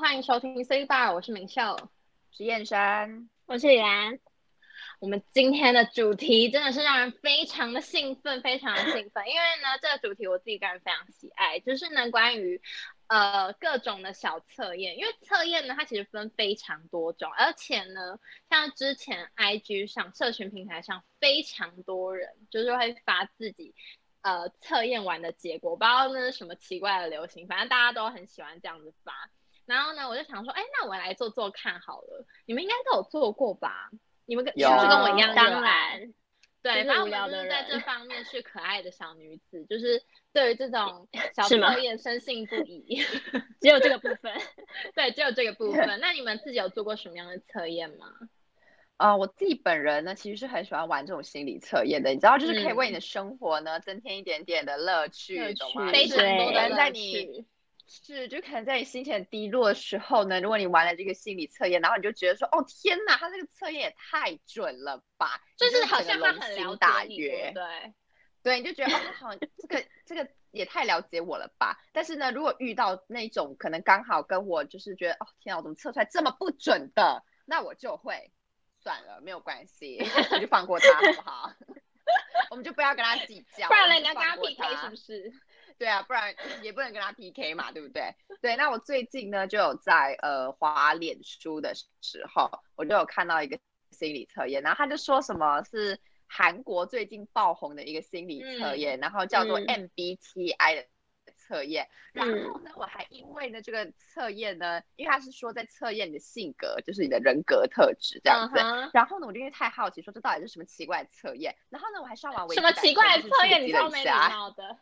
欢迎收听 C Bar，我是明秀，是燕山。我是李兰，我们今天的主题真的是让人非常的兴奋，非常的兴奋，因为呢，这个主题我自己个人非常喜爱，就是呢关于呃各种的小测验，因为测验呢它其实分非常多种，而且呢，像之前 IG 上社群平台上非常多人就是会发自己。呃，测验完的结果，不知道那是什么奇怪的流行，反正大家都很喜欢这样子发。然后呢，我就想说，哎，那我来做做看好了。你们应该都有做过吧？你们跟是有不是跟我一样热爱？当然，对，就是反无正聊我们就的是在人这方面是可爱的小女子，就是对于这 种小是吗测验深信不疑。只有这个部分。对，只有这个部 分。那你们自己有做过什么样的测验吗？呃，我自己本人呢，其实是很喜欢玩这种心理测验的，你知道，就是可以嗯为你的生活呢、增添一点点的乐趣，懂吗？非就常是多可的能在乐你趣。是，就可能在你心情很低落的时候呢，如果你玩了这个心理测验，然后你就觉得说，哦天哪，他这个测验也太准了吧，你就是是好整个像他龙很心了大解你，对悦不，对？对，你就觉得哦，他好像这个这个也太了解我了吧。但是呢，如果遇到那种可能刚好跟我就是觉得哦天啊，我怎么测出来这么不准的，那我就会算了，没有关系，我就放过他好不好？ 我们就不要跟他计较，不然我人们家就跟他放过 PK 是不是？对啊，不然也不能跟他 PK 嘛，对不对？对，那我最近呢就有在呃滑脸书的时候，我就有看到一个心理测验，然后他就说什么是韩国最近爆红的一个心理测验，然后叫做嗯 MBTI 的测验。然嗯后呢，我还因为呢这个测验呢，因为他是说在测验你的性格，就是你的人格特质这样子。嗯哼然后呢，我就因为太好奇，说这到底是什么奇怪的测验？然后呢，我还上网维什基么百奇科怪的就是测去验？了你解超一没礼下貌的。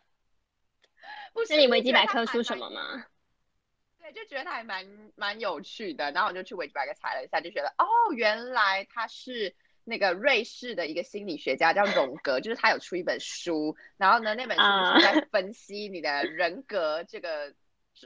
不那是你就维觉基得百它科还出什蛮么吗？ 对，就觉得它还蛮蛮有趣的。然后我就去维基百科查了一下，就觉得哦，原来他是那个瑞士的一个心理学家叫荣格，就是他有出一本书，然后呢，那本书就是在啊分析你的人格这个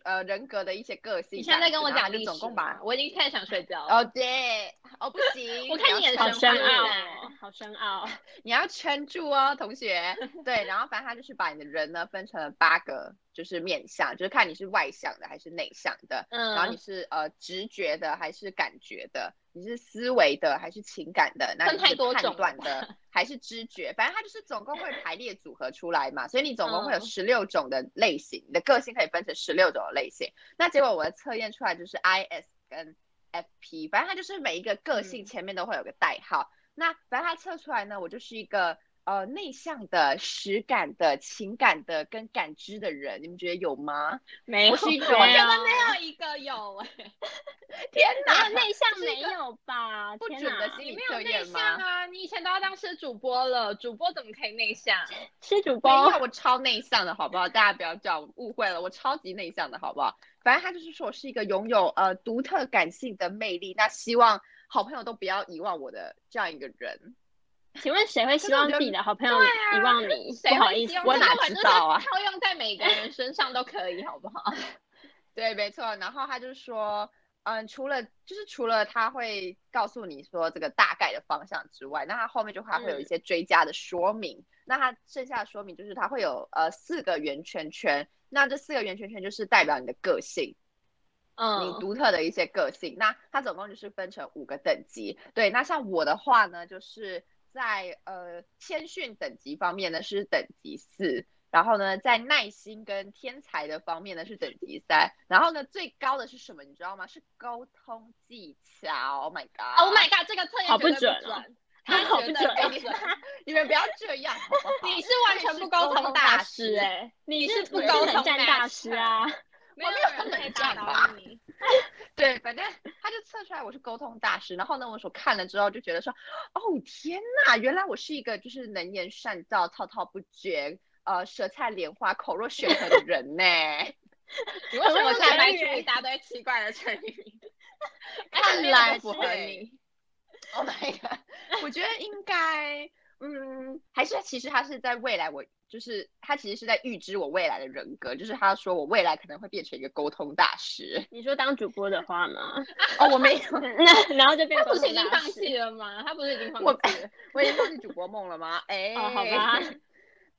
呃人格的一些个性你这现样子。在在跟我然后讲它就历总史共吗把？我已经开始想睡觉了。哦对，哦不行，我看要你眼撑好神深话住奥哦哦，好深奥。你要撑住哦，同学。对，然后反正他就是把你的人呢分成了八个，就是面相，就是看你是外向的还是内向的，嗯，然后你是呃直觉的还是感觉的，你是思维的还是情感的，那分你太是多种判了断的 还是知觉，反正它就是总共会排列组合出来嘛，所以你总共会有嗯十六种的类型，你的个性可以分成十六种的类型。那结果我的测验出来就是 I S 跟 F P，反正它就是每一个个性嗯前面都会有个代号。那反正它测出来呢，我就是一个呃内向的、实感的、情感的跟感知的人，你们觉得有吗？没我是一有种我觉没有得没有一个有哎、天没哪 有！内向是一没个有吧？不天准的哪心你理没有测内验向吗？啊！你以前都要当吃主播了，主播怎么可以内向？是主没播有，我超内向的好不好？大家不要这样误会了，我超级内向的好不好？反正他就是说我是一个拥有呃独特感性的魅力，那希望好朋友都不要遗忘我的这样一个人。请问谁会希望自己的好朋友对啊遗忘你？谁不好会意希思，望我这哪根本知就是 道啊套用在每个人身上都可以，好不好？ 对，没错。然后他就说，嗯，除了就是除了他会告诉你说这个大概的方向之外，那他后面就还会有一嗯些追加的说明。那他剩下的说明就是他会有呃四个圆圈圈，那这四个圆圈圈就是代表你的个性。你嗯，独特的一些个性。那它总共就是分成五个等级。对，那像我的话呢，就是在呃谦逊等级方面呢是等级四，然后呢在耐心跟天才的方面呢是等级三，然后呢最高的是什么？你知道吗？是沟通技巧。Oh my god！ ，Oh my god，这个测验好绝对不准哦准，他他好绝不对准不准。？你们不 要这样好不好你是完全不沟通大师哎、你是不不沟通冷战大师啊！ 没有我人没有可以这打倒样吧你。对，反正他就测出来我是沟通大师，然后呢，我所看了之后就觉得说，哦天呐，原来我是一个就是能言善道、滔滔不绝、呃舌灿莲花、口若悬河的人呢。你为什么才成来语出一大堆奇怪的成 语？看来符合是你。 Oh my god！我 觉得应该，嗯，还是其实他是在未来我，就是他其实是在预知我未来的人格，就是他说我未来可能会变成一个沟通大师。你说当主播的话吗？哦，我没有，那然后就变他不沟是已通经大放师。弃了吗？他不是已经放 我弃了？我已经放弃主播梦了吗？哎、哦，好吧，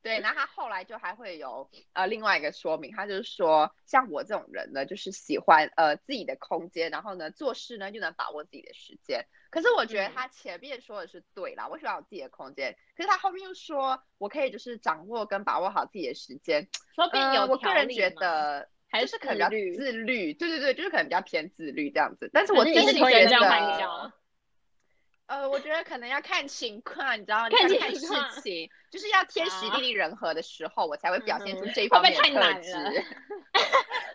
对，然后他后来就还会有呃另外一个说明，他就是说，像我这种人呢，就是喜欢呃自己的空间，然后呢做事呢就能把握自己的时间。可是我觉得嗯他前面说的是对啦，我喜欢有自己的空间，可是他后面又说我可以就是掌握跟把握好自己的时间。说不定呃有条理嘛、我个人觉得。还就是是可能比较自律自律，对对对，就是可能比较偏自律这样子。但是可我是自你是己可以觉这样得换掉，呃，我觉得可能要看情况，你知道，你看要情看事况情，就是要天时好地利人和的时候，我才会表现出嗯这一会方不会面的太特难了质。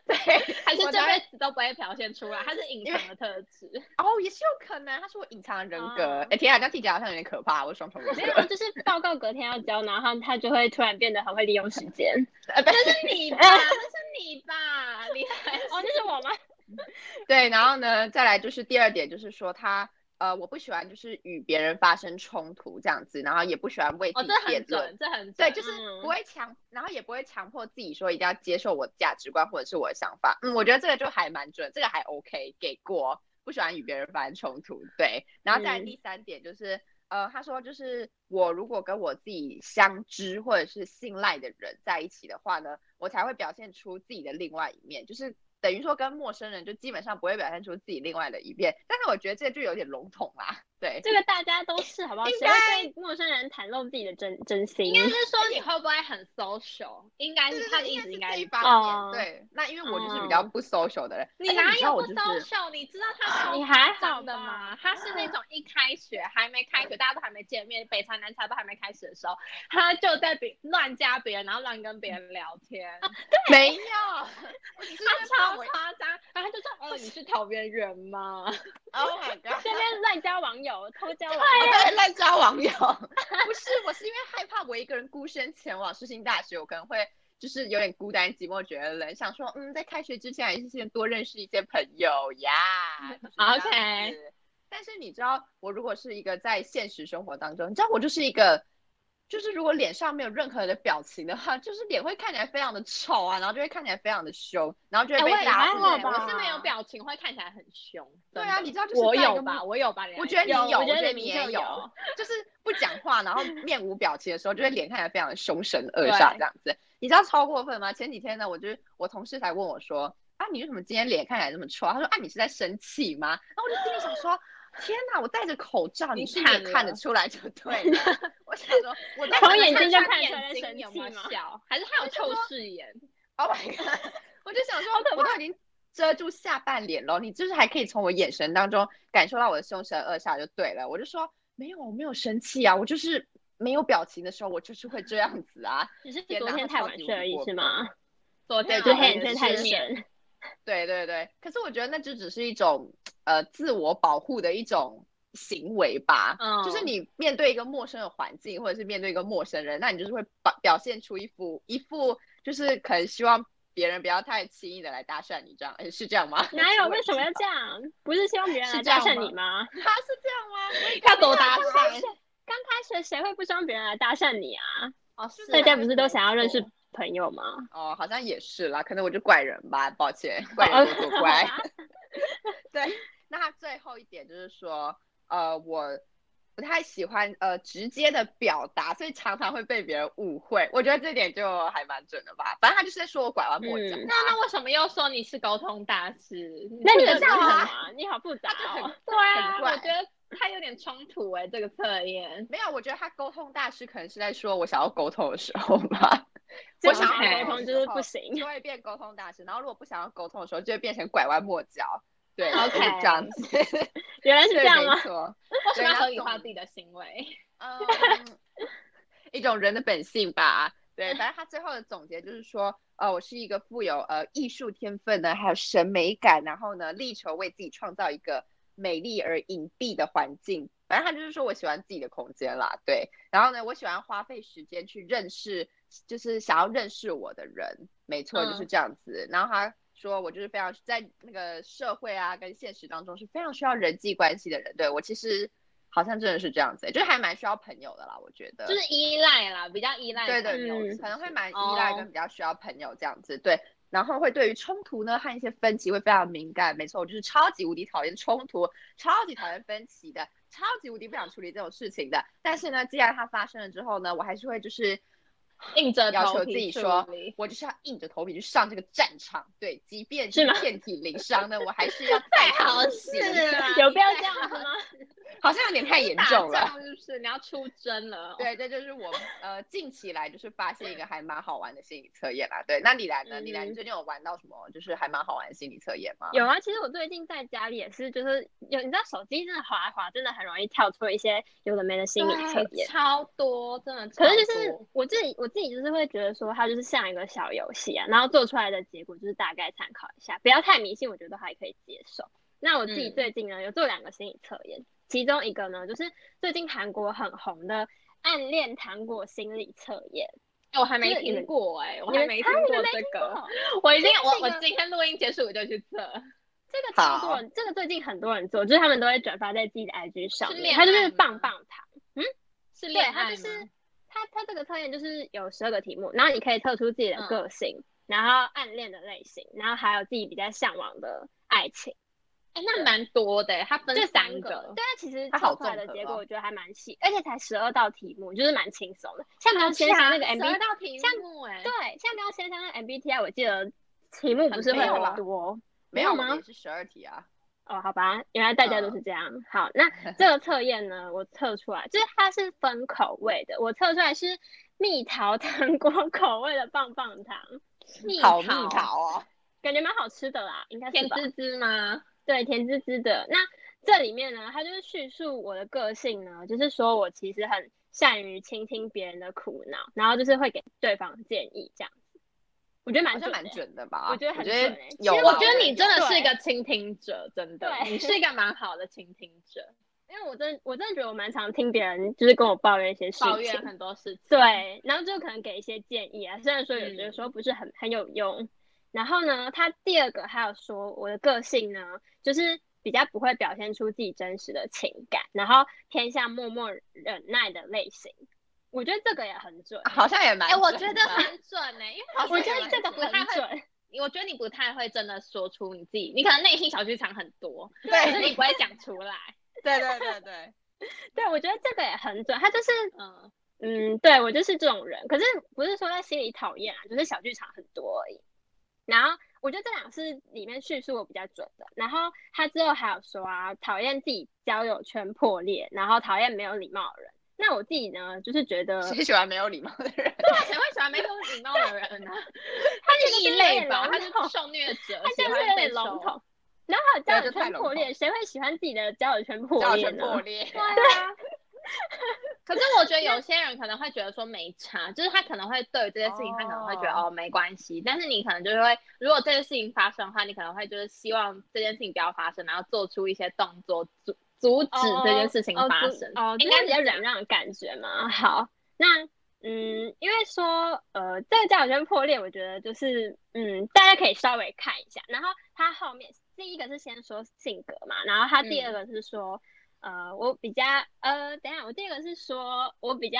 对，还是我这当然辈子都不会表现出来，它是隐因为藏的特质。 哦，也是有可能，他是我隐藏的人格。哎、哦天啊，这样听起来好像有点可怕，我是双重人没有，格。就是报告隔天要交，然后他就会突然变得很会利用时间。呃，不是，是 你吧？那是你吧？你才哦，那是我吗？对，然后呢，再来就是第二点，就是说他。呃，我不喜欢就是与别人发生冲突这样子，然后也不喜欢为哦，自这己辩很论。准，这很准。对，就是嗯不会强，然后也不会强迫自己说一定要接受我的价值观或者是我的想法。嗯，我觉得这个就还蛮准，这个还 OK，给过。不喜欢与别人发生冲突，对。然后再来嗯第三点就是，呃，他说就是我如果跟我自己相知或者是信赖的人在一起的话呢，我才会表现出自己的另外一面，就是。等于说跟陌生人就基本上不会表现出自己另外的一面，但是我觉得这就有点笼统啦，对，这个大家都是，好不好？应谁该会对陌生人袒露自己的真真心？应该是说你会不会很 social？应该对是对他的对，意应该思，是应这该一是。哎嗯方面。哦对，那因为我就是比较不 social 的人，你但是哪知道有我不就是 social？你知道他超你还夸张好的吧吗？他是那种一开学还没开学，大家都还没见面，北茶南茶都还没开始的时候，他就在别乱加别人，然后乱跟别人聊 天，哎没有，我只是因为他怕超我夸张。然后他就说：“哦，你是桃园人吗？” Oh my god！这边乱交网友，偷交网我友，在乱抓网友，啊 不是，我是因为害怕我一个人孤身前往世新大学，我可能会就是有点孤单寂寞觉得冷，想说嗯，在开学之前还是先多认识一些朋友呀。就是这样 OK 子但是你知道，我如果是一个在现实生活当中，你知道我就是一个，就是如果脸上没有任何的表情的话，就是脸会看起来非常的丑啊，然后就会看起来非常的凶，然后就哎、会我被也大是家还好欸，误吧会我是没有表情，会看起来很凶。对真啊，的你知道就是我在一个有吧？我有吧？我觉得你有我我觉觉得你你也就有有，就是不讲话，然后面无表情的时候，就会脸看起来非常的凶神恶对煞这样子。你知道超过分吗？前几天呢，我就是我同事才问我说：“啊，你为什么今天脸看起来这么臭啊？”他说：“啊，你是在生气吗？”然后我就心里想说。天哪！我戴着口罩，你你是看也看得了出来就对了。 我想说，我戴从着眼口睛罩就看出来眼睛有没有生气吗笑，还是他有透视眼？ Oh my god！我 就想说，我都已经遮住下半脸了，你就是还可以从我眼神当中感受到我的凶神恶煞就对了。我就说没有，我没有生气啊，我就是没有表情的时候，我就是会这样子啊。 只是天昨哪天他太超晚级睡而无已辜是吗？昨天天昨我也天你睡是太浅，对对对，可是我觉得那就只是一种呃自我保护的一种行为吧。嗯就是你面对一个陌生的环境，或者是面对一个陌生人，那你就是会表表现出一副一副就是可能希望别人不要太轻易的来搭讪你这样，诶 是这样吗？哪有？我也为什么要这样？不是希望别人是来这搭样讪吗你吗？不知 道？他是这样吗？我也他多搞不搭懂讪？刚开学谁会不希望别人来搭讪你啊？哦，是大啊家不是都想要认识没朋友吗？哦，好像也是啦，可能我就怪人吧，抱 歉，怪人多作怪。 对，那他最后一点就是说，呃，我不太喜欢呃直接的表达，所以常常会被别人误会。我觉得这点就还蛮准的吧。反正他就是在说我拐弯抹角嗯那那为什么又说你是沟通大师？那你这个的是知道什啊么？你好复杂就哦很。对啊，很怪我觉得他有点冲突哎、这个测验。没有，我觉得他沟通大师可能是在说我想要沟通的时候吧。 这我种想想要要沟通就是不，行就。会变沟通大师。然后如果不想要沟通的时候，就会变成拐弯抹角。对 OK 就是这样子，原来是对，这样没吗？ 错。为什么对要那合理懂化自己的行为？嗯， 一种人的本性吧。对， 反正他最后的总结就是说，呃，我是一个富有呃艺术天分呢，还有审美感，然后呢，力求为自己创造一个美丽而隐蔽的环境。反正他就是说我喜欢自己的空间啦，对。然后呢，我喜欢花费时间去认识，就是想要认识我的人，没错，就是嗯这样子。然后他说我就是非常在那个社会啊跟现实当中是非常需要人际关系的人，对我其实好像真的是这样子、欸就是还蛮需要朋友的啦，我觉得。就是依赖啦，比较依赖对朋对，友嗯是不可能会是蛮依赖跟哦比较需要朋友这样子，对。然后会对于冲突呢和一些分歧会非常敏感，没错，我就是超级无敌讨厌冲突，超级讨厌分歧的，超级无敌不想处理这种事情的。但是呢，既然它发生了之后呢，我还是会就是硬着要头求皮自己处说理我就是要硬着头皮去上这个战场，对，即便是吗遍体鳞伤呢，我还是要太再好好事些了，有必要太这样好子吗？好像有点太严打重了。仗就是你要出征了。哦对，这就是我们呃近期来就是发现一个还蛮好玩的心理测验啦。对，那李兰呢？李兰，你嗯最近有玩到什么就是还蛮好玩的心理测验吗？有啊，其实我最近在家里也是，就是有你知道手机真的滑来滑，真的很容易跳出一些有的没的心理测对验。超多，真的超可多。是就是我自己，我自己就是会觉得说，它就是像一个小游戏啊，然后做出来的结果就是大概参考一下，不要太迷信，我觉得还可以接受。那我自己嗯最近呢、有做两个心理测验，其中一个呢就是最近韩国很红的暗恋糖果心理测验，哎我还没就是你听们过哎，我你还们没啊听你过们没这听个。过 我已经这我是一我个今天录音结束我就去测，这个超好多人，这个最近很多人做，就是他们都会转发在自己的 IG 上是面，恋它就爱是吗棒棒糖。是对恋，它爱就吗是它它这个测验就是有十二个题目，然后你可以测出自己的嗯个性，然后暗恋的类型，然后还有自己比较向往的爱情，哎，那蛮多的，它分这三三个哦个。对，啊它其实它测好出来的综合结哦果我觉得还蛮细，而且才十二道题目，就是蛮轻松的。像喵先生那个啊十二 MB，道题像目哎，对，像喵先生那个 MBTI，我记得题目不是会没有很啊啦多。没没有有我们吗也是十二题啊。哦，好吧，原来大家都是这样。好，那嗯这个测验呢，我测出来就是它是分口味的，我测出来是蜜桃糖果口味的棒棒糖，蜜好蜜桃哦，感觉蛮好吃的啦，应该是甜吧？啊滋滋吗？对，甜滋滋的。那这里面呢，它就是叙述我的个性呢，就是说我其实很善于倾听别人的苦恼，然后就是会给对方建议这样子，我觉得好蛮像准蛮的。准的吧？我觉得我很觉准得欸其有实啊。我我觉得你真的是对一个倾听者，真的，对你是一个蛮好的倾听者，因为我真的我真的觉得我蛮常听别人就是跟我抱怨一些 事抱情怨，很多事情。哎对，然后就可能给一些建议啊，虽然说有些嗯时候不是很很有用。然后呢，他第二个还有说我的个性呢，就是比较不会表现出自己真实的情感，然后偏向默默忍耐的类型。我觉得这个也很准，好像也蛮哎，我准觉得的很准哎，因为好像我也觉得蛮这个不太很会，准。 我觉得你不太会真的说出你自己，你可能内心小剧场很多，可是对你不会讲出来。对对对 对，对，我觉得这个也很准。他就是， 嗯，嗯，对我就是这种人，可是不是说在心里讨厌啊，就是小剧场很多而已。然后我觉得这两是里面叙述我比较准的。然后他之后还有说啊，讨厌自己交友圈破裂，然后讨厌没有礼貌的人。那我自己呢，就是觉得谁喜欢没有礼貌的人？对啊，谁会喜欢没有礼貌的人啊呢？他是异类吧？他是受虐者，他喜就是欢有被点受笼统。然后还有交对这友太圈笼破裂，统谁会喜欢自己的交友圈破造裂成呢？破裂对。啊。 可是我觉得有些人可能会觉得说没差，就是他可能会对于这些事情，他可能会觉得哦哦没关系，但是你可能就是会，如果这件事情发生的话，你可能会就是希望这件事情不要发生，然后做出一些动作阻阻止这件事情哦发不生。哦，应应该是该比较这样忍让的感觉嘛。好，那嗯，因为说呃，这个交友圈破裂，我觉得就是嗯，大家可以稍微看一下。然后他后面第一个是先说性格嘛，然后他第二个是说、呃，我比较呃，等一下，我第二个是说我比较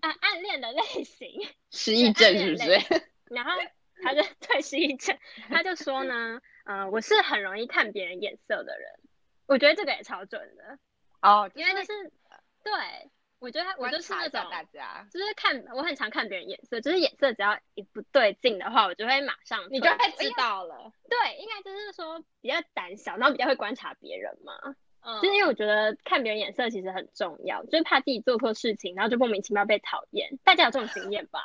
暗暗恋的类型。失忆症是不对是？然后他就 对失忆症，他就说呢，呃，我是很容易看别人眼色的人，我觉得这个也超准的， 哦，因为就是对我觉得我观就是察那一下大种，家，就是看我很常看别人眼色，就是眼色只要一不对劲的话，我就会马上你就退会应知该道了，对，应该就是说比较胆小，然后比较会观察别人嘛，嗯，就是因为我觉得看别人眼色其实很重要，就是怕自己做错事情，然后就莫名其妙被讨厌，大家有这种经验吧？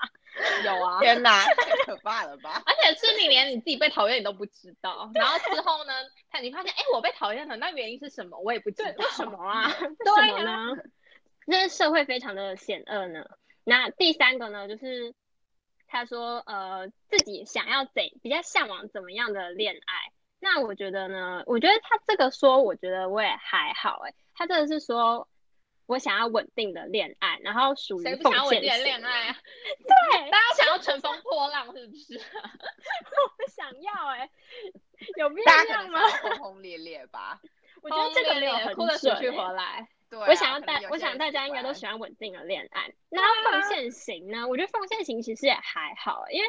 有 啊，天哪，太可怕了吧！而且是你连你自己被讨厌你都不知道，然后之后呢，他你发现哎、我被讨厌了，那原因是什么？我也不知对，道为什么啊？ 为对什么啊呢？那社会非常的险恶呢。那第三个呢，就是他说呃自己想要怎比较向往怎么样的恋爱。那我觉得呢，我觉得他这个说，我觉得我也还好哎、他这个是说我想要稳定的恋爱，然后属 于谁不奉想要稳献定的型恋的爱啊？对，大家想要乘风破浪是不是？我想要哎、有必大要这家可样能吗想？要轰轰烈烈吧？我觉得这个没有轰轰烈烈很哭得死准去欸活来，对、啊我想要带大，，我想大家应该都喜欢啊稳定的恋爱。然后奉献型呢，我觉得奉献型其实也还好，欸因为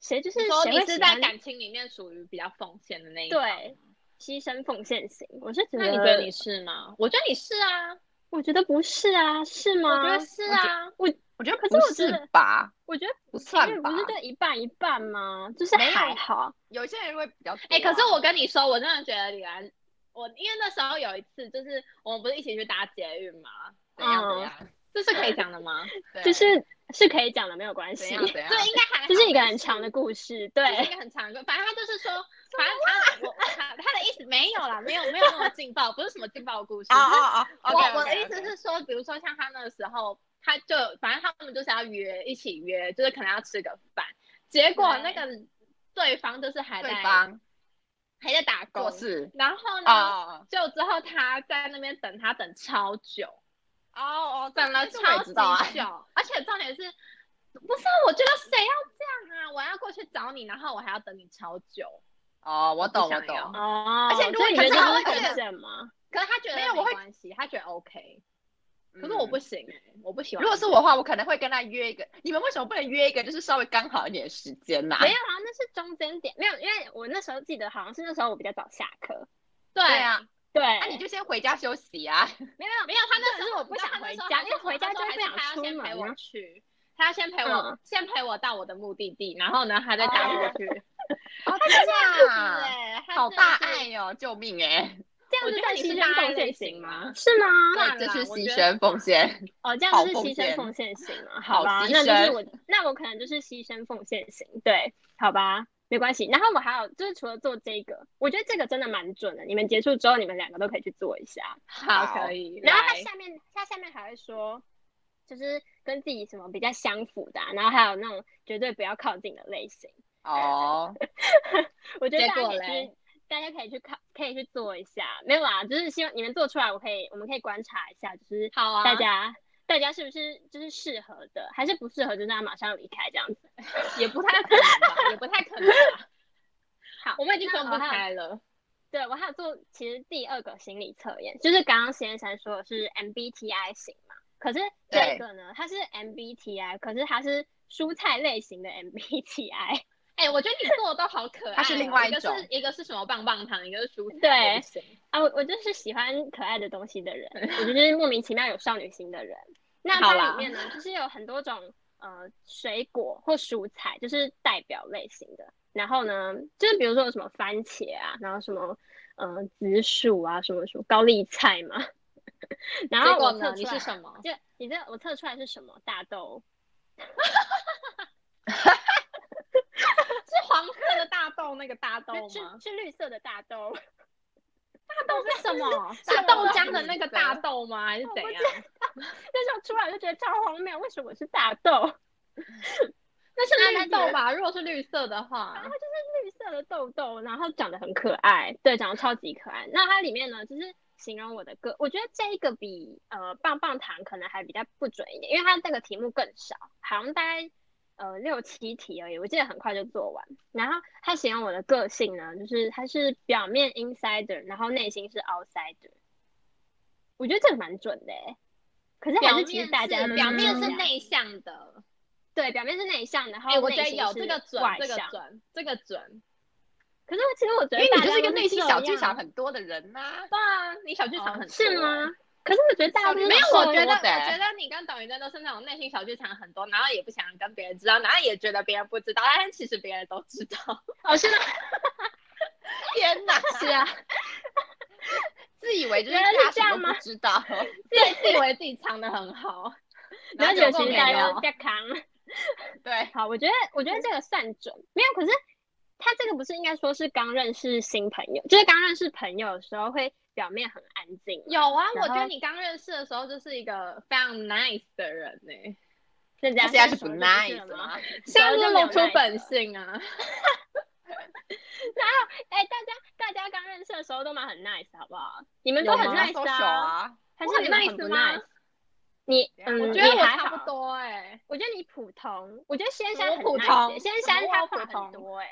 谁就是说谁你会是喜在欢感情里面属于比较奉献的那一方。对牺牲奉献型。我是觉得，那你觉得你是吗？我觉得你是啊，我觉得不是啊，是吗？我觉得是啊，我我觉得可是不我觉得是吧？我觉得不情算侣吧不是就一半一半吗？就是没有还好，有一些人会比较多啊。哎、可是我跟你说，我真的觉得李兰，我因为那时候有一次，就是我们不是一起去搭捷运吗？怎样怎嗯样，这是可以讲的吗？ 对就是是可以讲的，没有关怎系样。怎样这，应该还好这是一个很长的故事，对这是一个很长的，反正他就是说，反正他我他他的意思没有啦，没有没有那么劲爆，不是什么劲爆的故事。哦啊就是啊啊！我我的意思 OK，OK，OK，是说，比如说像他那个时候，他就反正他们就是要约一起约，就是可能要吃个饭，结果那对个对嗯方就是还在对方还在打工做，事然后呢，哦就之后他在那边等他等超久，哦哦，等了这个我超也级久，知道啊。而且重点是，不是啊我觉得谁要这样啊？我要过去找你，然后我还要等你超久。哦，我懂，我想要懂。哦。而且如果所以你可觉是得我这会觉是得很正吗？可是他觉得没有我会关系，他觉得 OK，可是我不嗯。行、欸，我不喜欢。如果是我的话，我可能会跟他约一个。你们为什么不能约一个就是稍微刚好一点的时间呐？没有啊，那是中间点，没有，因为我那时候记得好像是那时候我比较早下课，对对啊，对，哎那你就先回家休 息啊。没有没有没有，他那时是候我不想你回知道家，他那因时为候回家就他会说不想他出说他要先陪门我啊。去，他要先陪我、嗯先陪我到我的目的地，然后呢，他再搭过去。 哦，他就是这样子天 哪，哎、他好真的大是爱哦！救命哎！这样我子觉得算你牺是牲大奉爱献类型型吗吗？是吗？算这啦是我牺觉得牲奉献。哦，这样好就是奉牺牲献奉献型啊，好吧，牺那就是牲我，那我可能就是牺牲奉献型，对，好吧，没关系。然后我还有就是除了做这个，我觉得这个真的蛮准的，你们结束之后，你们两个都可以去做一下。好好可以。然后他来下面，他下面还会说，就是跟自己什么比较相符的啊、然后还有那种绝对不要靠近的类型，哦， 我觉得结大家果可以嘞去，大家可以去看，可以去做一下。没有啦，就是希望你们做出来，我可以，我们可以观察一下，就是好啊，大家、大家是不是就是适合的，还是不适合就让他马上离开这样子。也不太可能吧，也不太可能吧。好，我们已经分不那我还有。开了。对我还有做，其实第二个心理测验就是刚刚先生说的是 MBTI 型嘛，可是这对个呢，它是 MBTI，可是它是蔬菜类型的 MBTI，哎、我觉得你做的都好可爱哦、它是另外一一个是种一个是什么棒棒糖，一个是蔬菜对类型。啊，我我就是喜欢可爱的东西的人，我就是莫名其妙有少女心的人。那好它啦里面呢，就是有很多种呃水果或蔬菜，就是代表类型的。然后呢，就是比如说有什么番茄啊，然后什么呃紫薯啊，什么什么高丽菜嘛。 然结后果我测呢？出你来是什 么？就你这我测出来是什么？大豆。是黄色的大豆那个大豆是吗？是绿色的大豆。 大豆是什么？是大豆豆浆的是那个绿大色豆吗？还是我怎不样？那时候出来就觉得超荒谬，为什么我是大豆？那是啊那绿它觉豆得吧？如果是绿色的然话后，它就是绿色的痘痘，然后长得很可爱，对，长得超级可爱。那它里面呢，就是形容我的个，我觉得这一个比呃棒棒糖可能还比较不准一点，因为它这个题目更少，好像大概呃六七题而已，我记得很快就做完。然后它形容我的个性呢，就是它是表面 insider，然后内心是 outsider。我觉得这个蛮准的、欸，可是还表是其面实大家是都表这面是样内向的。对，表面是内向，然后哎、我觉得内心有是这个准外，这个向准，这个准。可是其实我觉因得为大你家就是一个都内心小这剧样场很多的人呐。哇，啊你小剧场很、啊是？吗？可是我觉得大家都是没有，说哦我觉得我多的欸觉得你跟董宇真都是那种内心小剧场很多，然后也不想跟别人知道，然后也觉得别人不知道，但是其实别人都知 道。哦， 是吗？天哪，是啊，自以为就是原来是大这家样什么吗都不知道，自己自以为自己藏的很好， 然后有有够其实没大家都有？在扛。对，哦好，我觉得我嗯觉得这个算准，没有。可是他这个不是应该说是刚认识新朋友，就是刚认识朋友的时候会表面很安静吗，有啊，然我觉得后你刚认识的时候就是一一个非常 nice 的人欸呢、现在他现在是不 nice 了吗？ 吗？现在有就点露出 nice 本了性啊！ 哎、大家大家刚认识的时候都蛮很 nice，好不好？你们都有很吗 nice 手啊，啊，还我是很你们很 nice 不吗 nice？你怎样嗯，我我你觉得我还差好不多哎、我觉得你普通，我觉得仙山我很普 nice 欸通仙什山么他我话普很通多哎、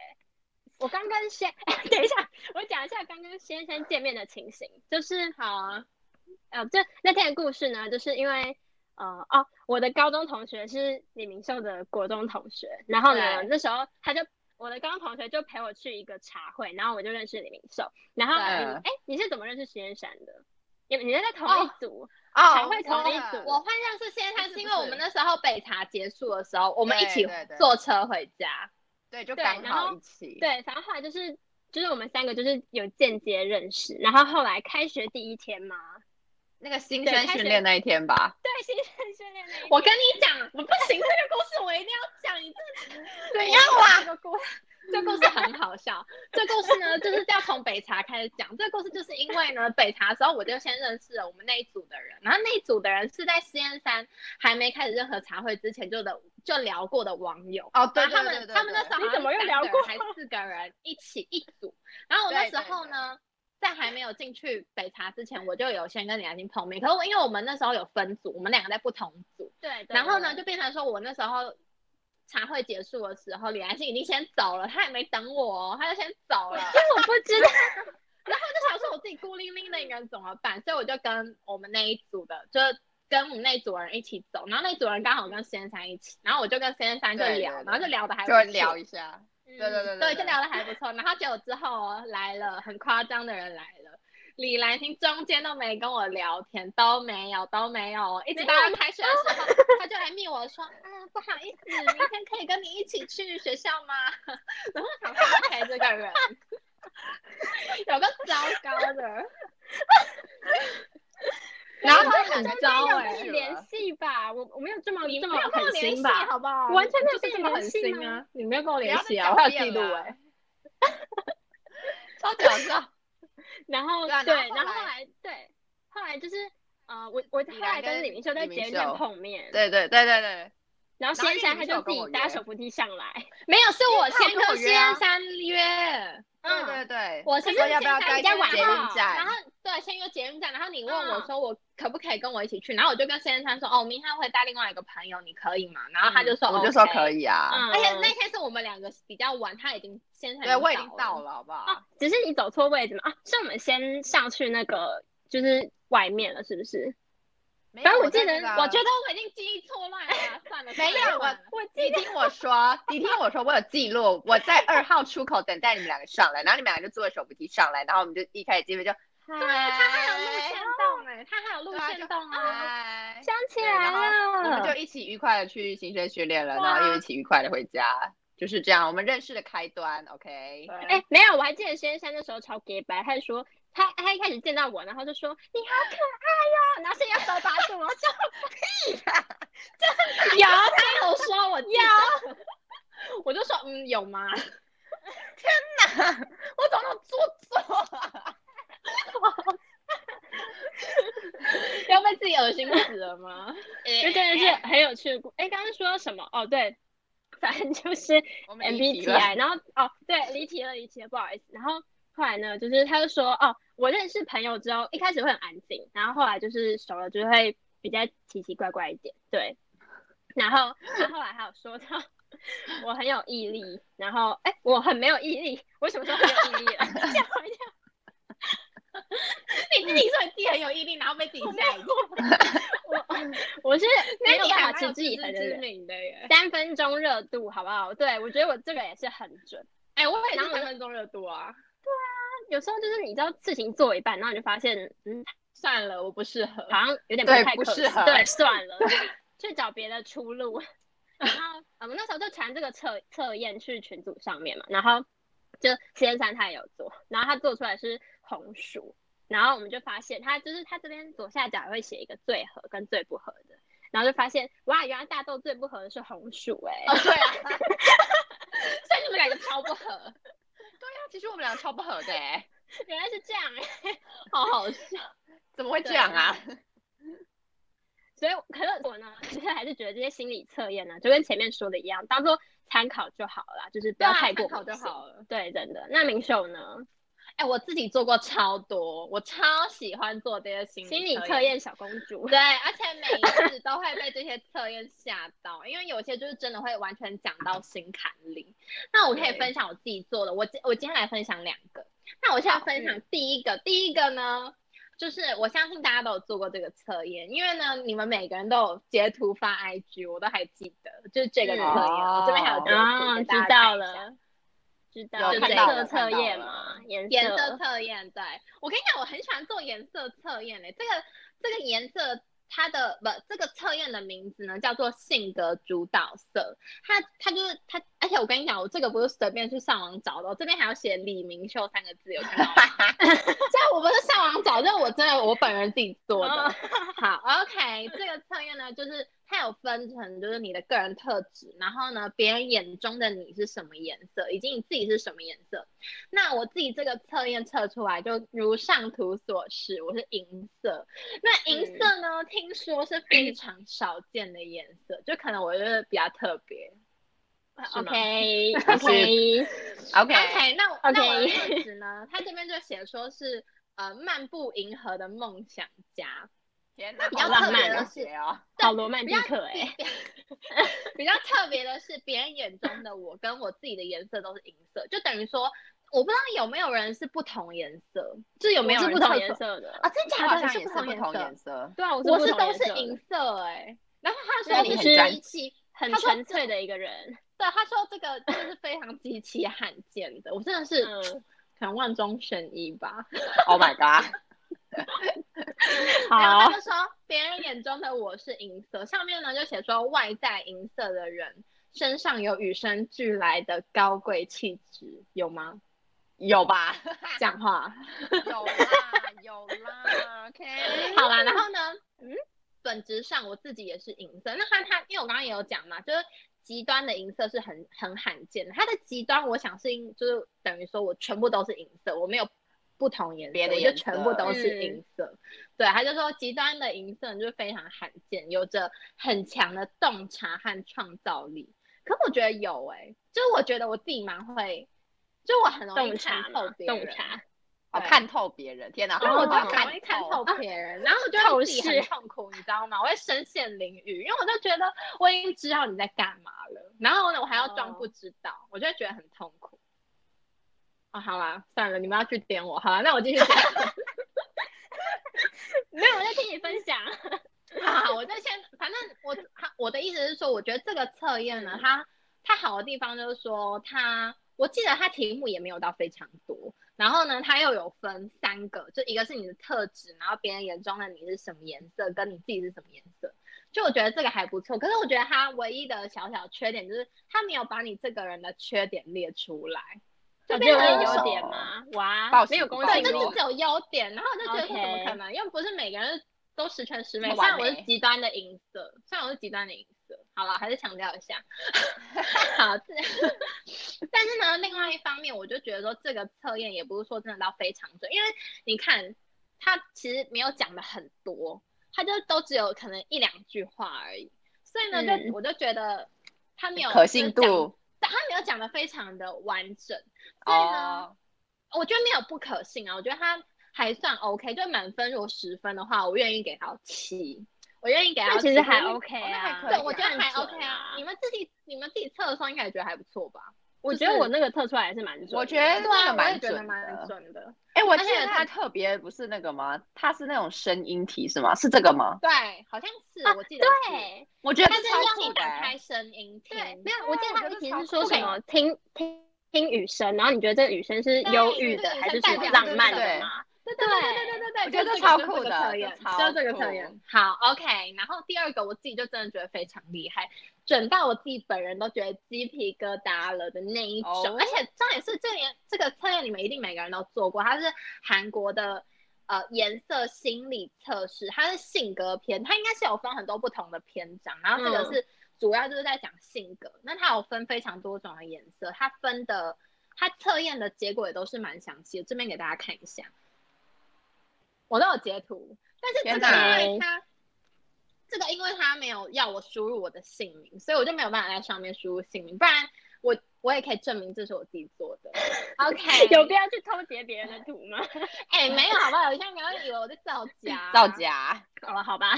我刚跟仙， 等一下，我讲一下刚跟仙山见面的情形，就是好啊，呃，这那天的故事呢，就是因为呃哦，我的高中同学是李明秀的国中同学，然后呢，对那时候他就我的高中同学就陪我去一个茶会，然后我就认识李明秀，然后嗯对哎、诶你是怎么认识石岩山的？你你们在同一哦组？哦，才会同一组我幻象是先不看，是是因不为我是们那时候北茶结束的时候，我们一起对对对坐车回家。对，就对刚然好后一起。对，反正后来就是就是我们三个就是有间接认识，然后后来开学第一天嘛，那个新对生开训学练那一天吧，对新生训练那一天我跟你讲，我不行，这个故事我一定要讲，你 怎我样这个故事，这故事很好笑。这故事呢，就是要从北茶开始讲。这故事就是因为呢，北茶的时候我就先认识了我们那一组的人，然后那一组的人是在实验山还没开始任何茶会之前就的就聊过的网友。哦，对然后他对对们对他们那对时候你好像怎么又三聊个人过还四个人一起一组，然后我那对时对候对呢。在还没有进去北茶之前，我就有先跟李雅欣碰面。可是我因为我们那时候有分组，我们两个在不同组，啊对，对然后呢，对就变成说我那时候茶会结束的时候，李兰心已经先走了，他也没等我、哦，他就先走 了。因为我不知道，然后我就想说我自己孤零零的一个人怎么办？所以我就跟我们那一组的，就是跟我们那一组人一起走。然后那一组人刚好跟先生一起，然后我就跟先生就对对聊，对然后就聊的还不就错聊一下。对对对嗯对对就聊的还不错。然后结果之后哦、来了很夸张的人来了。李兰心中间都没跟我聊天，都没有，都没有，哦啊一直到要开学的时候， 他就来密我说，嗯，不好意思，明天可以跟你一起去学校吗？ 然后我想说，OK，这个人 有个糟糕 的，然后我他很们糟有哎跟你联系吧？我我没有这么你这没么有跟我狠联系啊心吧？好不好？完全没有你就是跟这你么狠联系心吗啊！你没有跟我联不要系再啊，我狡还有辩记录了哎、超搞笑。然后对啊对，然后然后后来后来对，后来就是呃，我我后来来跟跟李明秀在李明捷运站秀碰面， 对对对对对，然然后后先因为生李他明秀就有自跟我己搭约手扶梯上来，没有，是我他有先跟我跟约啊先三约，对嗯对对，我是先说跟要不要先生再比去较晚捷运到站然后？对，先约捷运站，然后你问嗯我说我可不可以跟我一起去，然后我就跟先生说哦，我明天会带另外一个朋友，你可以吗？然后他嗯就说、嗯我就说可以。以啊。嗯，而且那天是我们两个比较晚，他已经先生对，我已经到到，了，好不好？哦，只是你走错位置嘛？啊，是我们先上去那个就是外面了，是不是？没反有正我记得在那 个我觉得我已经记忆错乱了啊，算了， 没有算了算了我你记得听我说，你听我说，我有记录，我在二号出口等待你们两个上来，然后你们两个就坐着手扶梯上来，然后我们就一开始见面就对啊，他还有路线嗨，动哎，他还有对路啊线就动啊，嗨，想起对来然后了，我们就一起愉快的去新生训练了，哇然后又一起愉快的回家，就是这样，我们认识的开端，OK？哎、没有，我还记得先生那时候超 gay 白，他就说他他一开始见到我，然后就说你好可爱哟、哦然后现在要手把住 我，就有他有说我有，我就说嗯有吗？我怎么那么做作 啊？要被自己恶心死了吗？就真的是很有趣的故。哎、刚刚说什么？哦，对，反正就是我们离题了 MBTI，然后哦，对，离题了，离题了，不好意思。然后后来呢，就是他就说，哦，我认识朋友之后，一开始会很安静，然后后来就是熟了，就会比较奇奇怪怪一点，对。然后他后来还有说到，我很有毅力，然后哎，我很没有毅力，我什么时候很有毅力了？ 吓我一跳， 你自己说你自己很有毅力，然后被自己吓一跳，我我是没有办法持之以恒的知人。名的耶。三分钟热度，好不好？对我觉得我这个也是很准。哎，我也然是后我三就分钟热度啊。有时候就是你知道事情做一半，然后你就发现，嗯，算了，我不适合。好像有点对太不可适合对，算了，去找别的出路。 然后呃我们那时候就传这个测测验去群组上面嘛，然后就先生他也有做，然后他做出来是红薯，然后我们就发现他就是他这边左下角会写一个最合跟最不合的，然后就发现哇，原来大豆最不合的是红薯哎、哦，对啊，所以你们两个超不合，其实我们俩超不合的哎、 原来是这样哎、 好好笑。怎么会这样啊？所以，可是我呢，其实还是觉得这些心理测验呢，就跟前面说的一样，当做参考就好啦，就是不对要啊，太过参考迷就信。好了。对，真的。那明秀呢？哎，我自己做过超多，我超喜欢做这些心心理测测。验小公主对，而且每一次都会被这些测验吓到，因为有些就是真的会完全讲到心坎里。那我可以对分享我自己做的，我今我今天来分享两个。那我现在分嗯享第一个，第一个呢，就是我相信大家都有做过这个测验，因为呢，你们每个人都有截图发 IG，我都还记得，就是这个测验，嗯我这边还有截图啊，给知大家看道一下了，知道有颜看到色了测验看到嘛，颜颜色色测验，对我跟你讲，我很喜欢做颜色测验嘞、这个这个颜色它的不，这个测验的名字呢叫做性格主导色。它它就是它，而且我跟你讲，我这个不是随便去上网找的，哦我这边还要写李明秀三个字，有看到吗？ 这我不是上网找，这我真的我本人自己做的。好，OK，这个测验呢，就是它有分成，就是你的个人特质，然后呢，别人眼中的你是什么颜色，以及你自己是什么颜色。那我自己这个测验测出来，就如上图所示，我是银色。那银色呢，听说是非常少见的颜色，就可能我就是比较特别。是吗 OK OK， OK， OK，那我那我的 OK 特质呢？他这边就写说是呃漫步银河的梦想家，天哪，比较好浪特别漫的哦是写哦。好罗曼蒂克哎、 比较特别的是，别人眼中的我跟我自己的颜色都是银色，就等于说，我不知道有没有人是不同颜色，就有我没有是人不同测颜出色的？啊？真我假好的？你像也不是同不同颜颜色，色。对啊，我我是是不同都颜是色银色哎、然后他说那你就很是专机器，很他说纯粹的一 个人。对他说这个就是非常极其罕见的，我真的是、嗯，可能万中选一吧。 Oh my god！然后好他，就说，别人眼中的我是银色，上面呢就写说外在银色的人身上有与生俱来的高贵气质，有吗？有吧？讲话有啦，有啦。OK，好啦，然后呢，嗯嗯，本质上我自己也是银色。那他他，因为我刚刚也有讲嘛，就是极端的银色是很很罕见的。它的极端，我想是因就是等于说我全部都是银色，我没有不同颜色，别的我就颜色全部都是银色。对，他就说极端的银色就是非常罕见，有着很强的洞察和创造力。可我觉得有哎、就是我觉得我自己蛮会，就我很容易 洞看察透嘛，别人洞。察。 好对哦看透别人，天哪！然哦后啊我好就好很容易看透别人，然后我就会自己很痛苦，你知道吗？我会深陷囹圄，因为我就觉得我已经知道你在干嘛了，然后呢，我还要装不知道，我就会觉得很痛苦。哦，好啦，算了，你们要去点我，好啦，那我继续讲。没有，我在听你分享。 好，我就先，反正我他我的意思是说，我觉得这个测验呢，它它好的地方就是说，它我记得它题目也没有到非常多，然后呢，它又有分三个，就一个是你的特质，然后别人眼中的你是什么颜色，跟你自己是什么颜色。就我觉得这个还不错，可是我觉得它唯一的小小缺点就是它没有把你这个人的缺点列出来，我就只变有成优说点吗？哇报，喜没有公报对，信喜就力你只有优点，然后我就觉得说 OK 怎么可能？因为不是每个人都十全十美。那虽然完我是美极端的银色，虽然我是极端的银色，好了，还是强调一下。 好，这但是呢，另外一方面，我就觉得说这个测验也不是说真的到非常准，因为你看他其实没有讲的很多，他就都只有可能一两句话而已。所以呢，嗯就我就觉得他没有可信，就是讲度但他没有讲的非常的完整。所以呢。哦，我觉得没有不可信啊，我觉得他还算 OK，就满分如果十分的话，我愿意给到七，我愿意给到那七，其实还因为 OK 哦那还啊。可以对，啊我觉得还算 OK 准啊。你们自己你们自己测的时候应该也觉得还不错吧？我就觉得是我那个测出来还是蛮准的。我觉对啊，得那个我也蛮觉得准蛮的。准的。哎，我而记且得它它特别不是那个吗？它是那种声音题是吗？是这个吗？对，好像是、我记得是，啊对，我觉得但是超要你酷的打欸。开声音听，对，没有，我记对得我他觉们得题超是说酷什的么听听听雨声，然后你觉得这个雨声是对忧你郁觉的得雨还声是代什么表浪什漫么的对嘛？对对对对对对，我觉就得这这超个酷就这个的测这验超就这个测酷验。好，OK。然后第二个，我自己就真的觉得非常厉害，准到我自己本人都觉得鸡皮疙瘩了的那一种。哦而且重点是，这个这个测验你们一定每个人都做过，它是韩国的。呃，颜色心理测试，它是性格篇，它应该是有分很多不同的篇章，然后这个嗯是主要就是在讲性格，那它有分非常多种的颜色，它分的它测验的结果也都是蛮详细的，这边给大家看一下。我都有截图，但是这个因为天哪它这个因为它没有要我输入我的姓名，所以我就没有办法在上面输入姓名，不然我我也可以证明这是我自己做 的。OK，有必要去偷截别人的图吗？哎、没有好不好？有些人可能以为我在造 假，造。假，好了，好吧，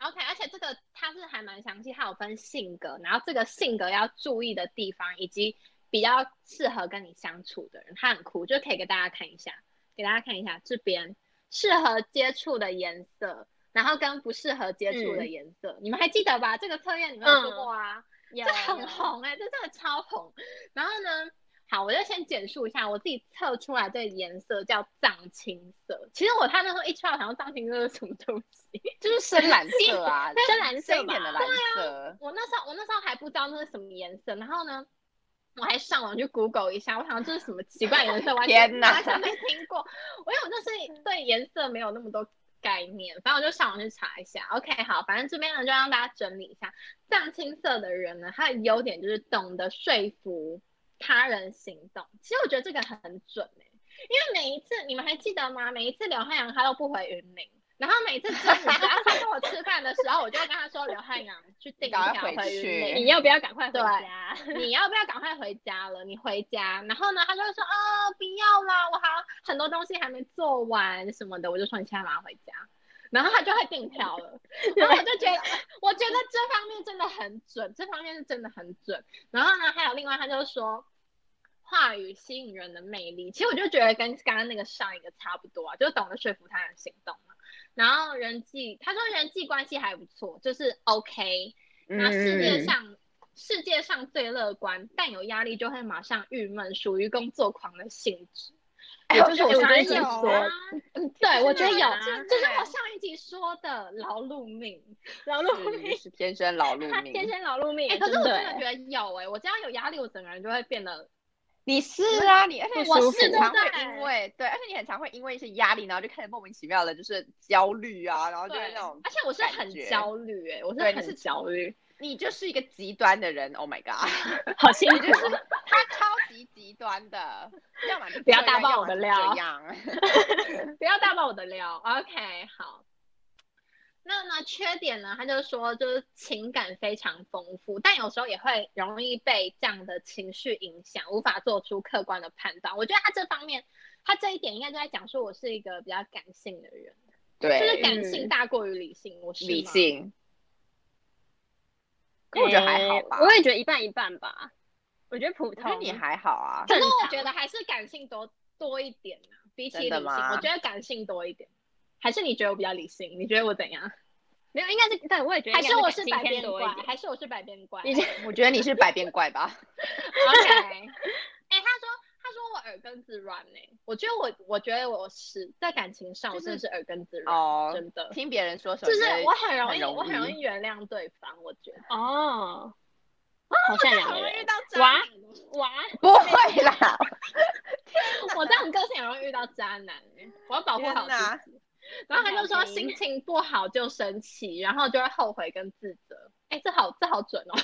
OK，而且这个它是还蛮详细，它有分性格，然后这个性格要注意的地方，以及比较适合跟你相处的人，它很酷，就可以给大家看一下，给大家看一下这边适合接触的颜色，然后跟不适合接触的嗯颜色，你们还记得吧？这个测验你们有做过啊？有这很红哎、这真的超红。然后呢，好，我就先简述一下我自己测出来这个颜色叫藏青色。其实我看那时候一出来，我想说藏青色是什么东西？就是深蓝色 啊，深蓝色深一点的吧蓝啊色，我那时候我那时候还不知道那是什么颜色，然后呢，我还上网去 Google 一下，我想这是什么奇怪颜色，完全天哪完全没听过，因为我那是对颜色没有那么多概念，反正我就上网去查一下。OK，好，反正这边呢就让大家整理一下，藏青色的人呢，他的优点就是懂得说服他人行动，其实我觉得这个很准欸因为每一次你们还记得吗？每一次刘汉阳他都不回云林，然后每次真的只要他跟我吃饭的时候，我就会跟他说刘汉阳去订赶票快回云去林，你要不要赶快回对家？你要不要赶快回家了？你 回家，然后呢，他就会说，哦，不要啦，我好像很多东西还没做完什么的，我就说你现在马上回家，然后他就会订票了。然后我就觉得，我觉得这方面真的很准，这方面是真的很准。然后呢，还有另外他就说。话语吸引人的魅力，其实我就觉得跟刚刚那个上一个差不多啊，就懂得说服他人行动嘛。然后人际，他说人际关系还不错，就是 OK，嗯那世界上世界上最乐观，但有压力就会马上郁闷，属于工作狂的性质。哎也我就是觉得我上有一集有说啊，嗯对，我觉得有有，啊就是我上一集说的劳碌命。劳碌是命，是天生劳他碌天命。生劳碌命哎、欸，可是我真的欸觉得有哎、我只要有压力，我整个人就会变得你是啊，你而且不舒你很服常会对因为对，而且你很常会因为一些压力，然后就开始莫名其妙的，就是焦虑啊，然后就是对，那种而且我是感很觉焦虑哎、我是对你是很焦虑。你就是一个极端的人。Oh my god，哎好辛你苦就。是他超级极端的，要么就不要这打样爆要我么的就料这 样不要大爆我的料。OK，好。那呢，缺点呢，他就说就是情感非常丰富，但有时候也会容易被这样的情绪影响，无法做出客观的判断。我觉得他这方面，他这一点应该就在讲说我是一个比较感性的人，就是对，嗯感性大过于理性，我是理吗。性。可我觉得还好吧欸，我也觉得一半一半吧。我觉得普我觉得通，你还好啊。可是我觉得还是感性多多一点啊，比起理真的性，吗我觉得感性多一点。还是你觉得我比较理性？你觉得我怎样？没有，应该是对，我也觉得还应该是我感是情百偏变多怪一？ 点。还是我是百变怪？你是我觉得你是百变怪 吧？ OK，哎、 他说他说我耳根子软呢、欸我觉得我我觉得我是在感情上，就我是真的是耳根子软，哦真的，听别人说什么就觉是得，我很容易很容易我很容易原谅对方，我觉得 哦，好善良的人到哇男，哇，不会 啦，我这种个性很容易遇到渣男、欸，我要保护好天哪自己。然后他就说很小心心情不好就生气，然后就会后悔跟自责。哎、这好这好准哦。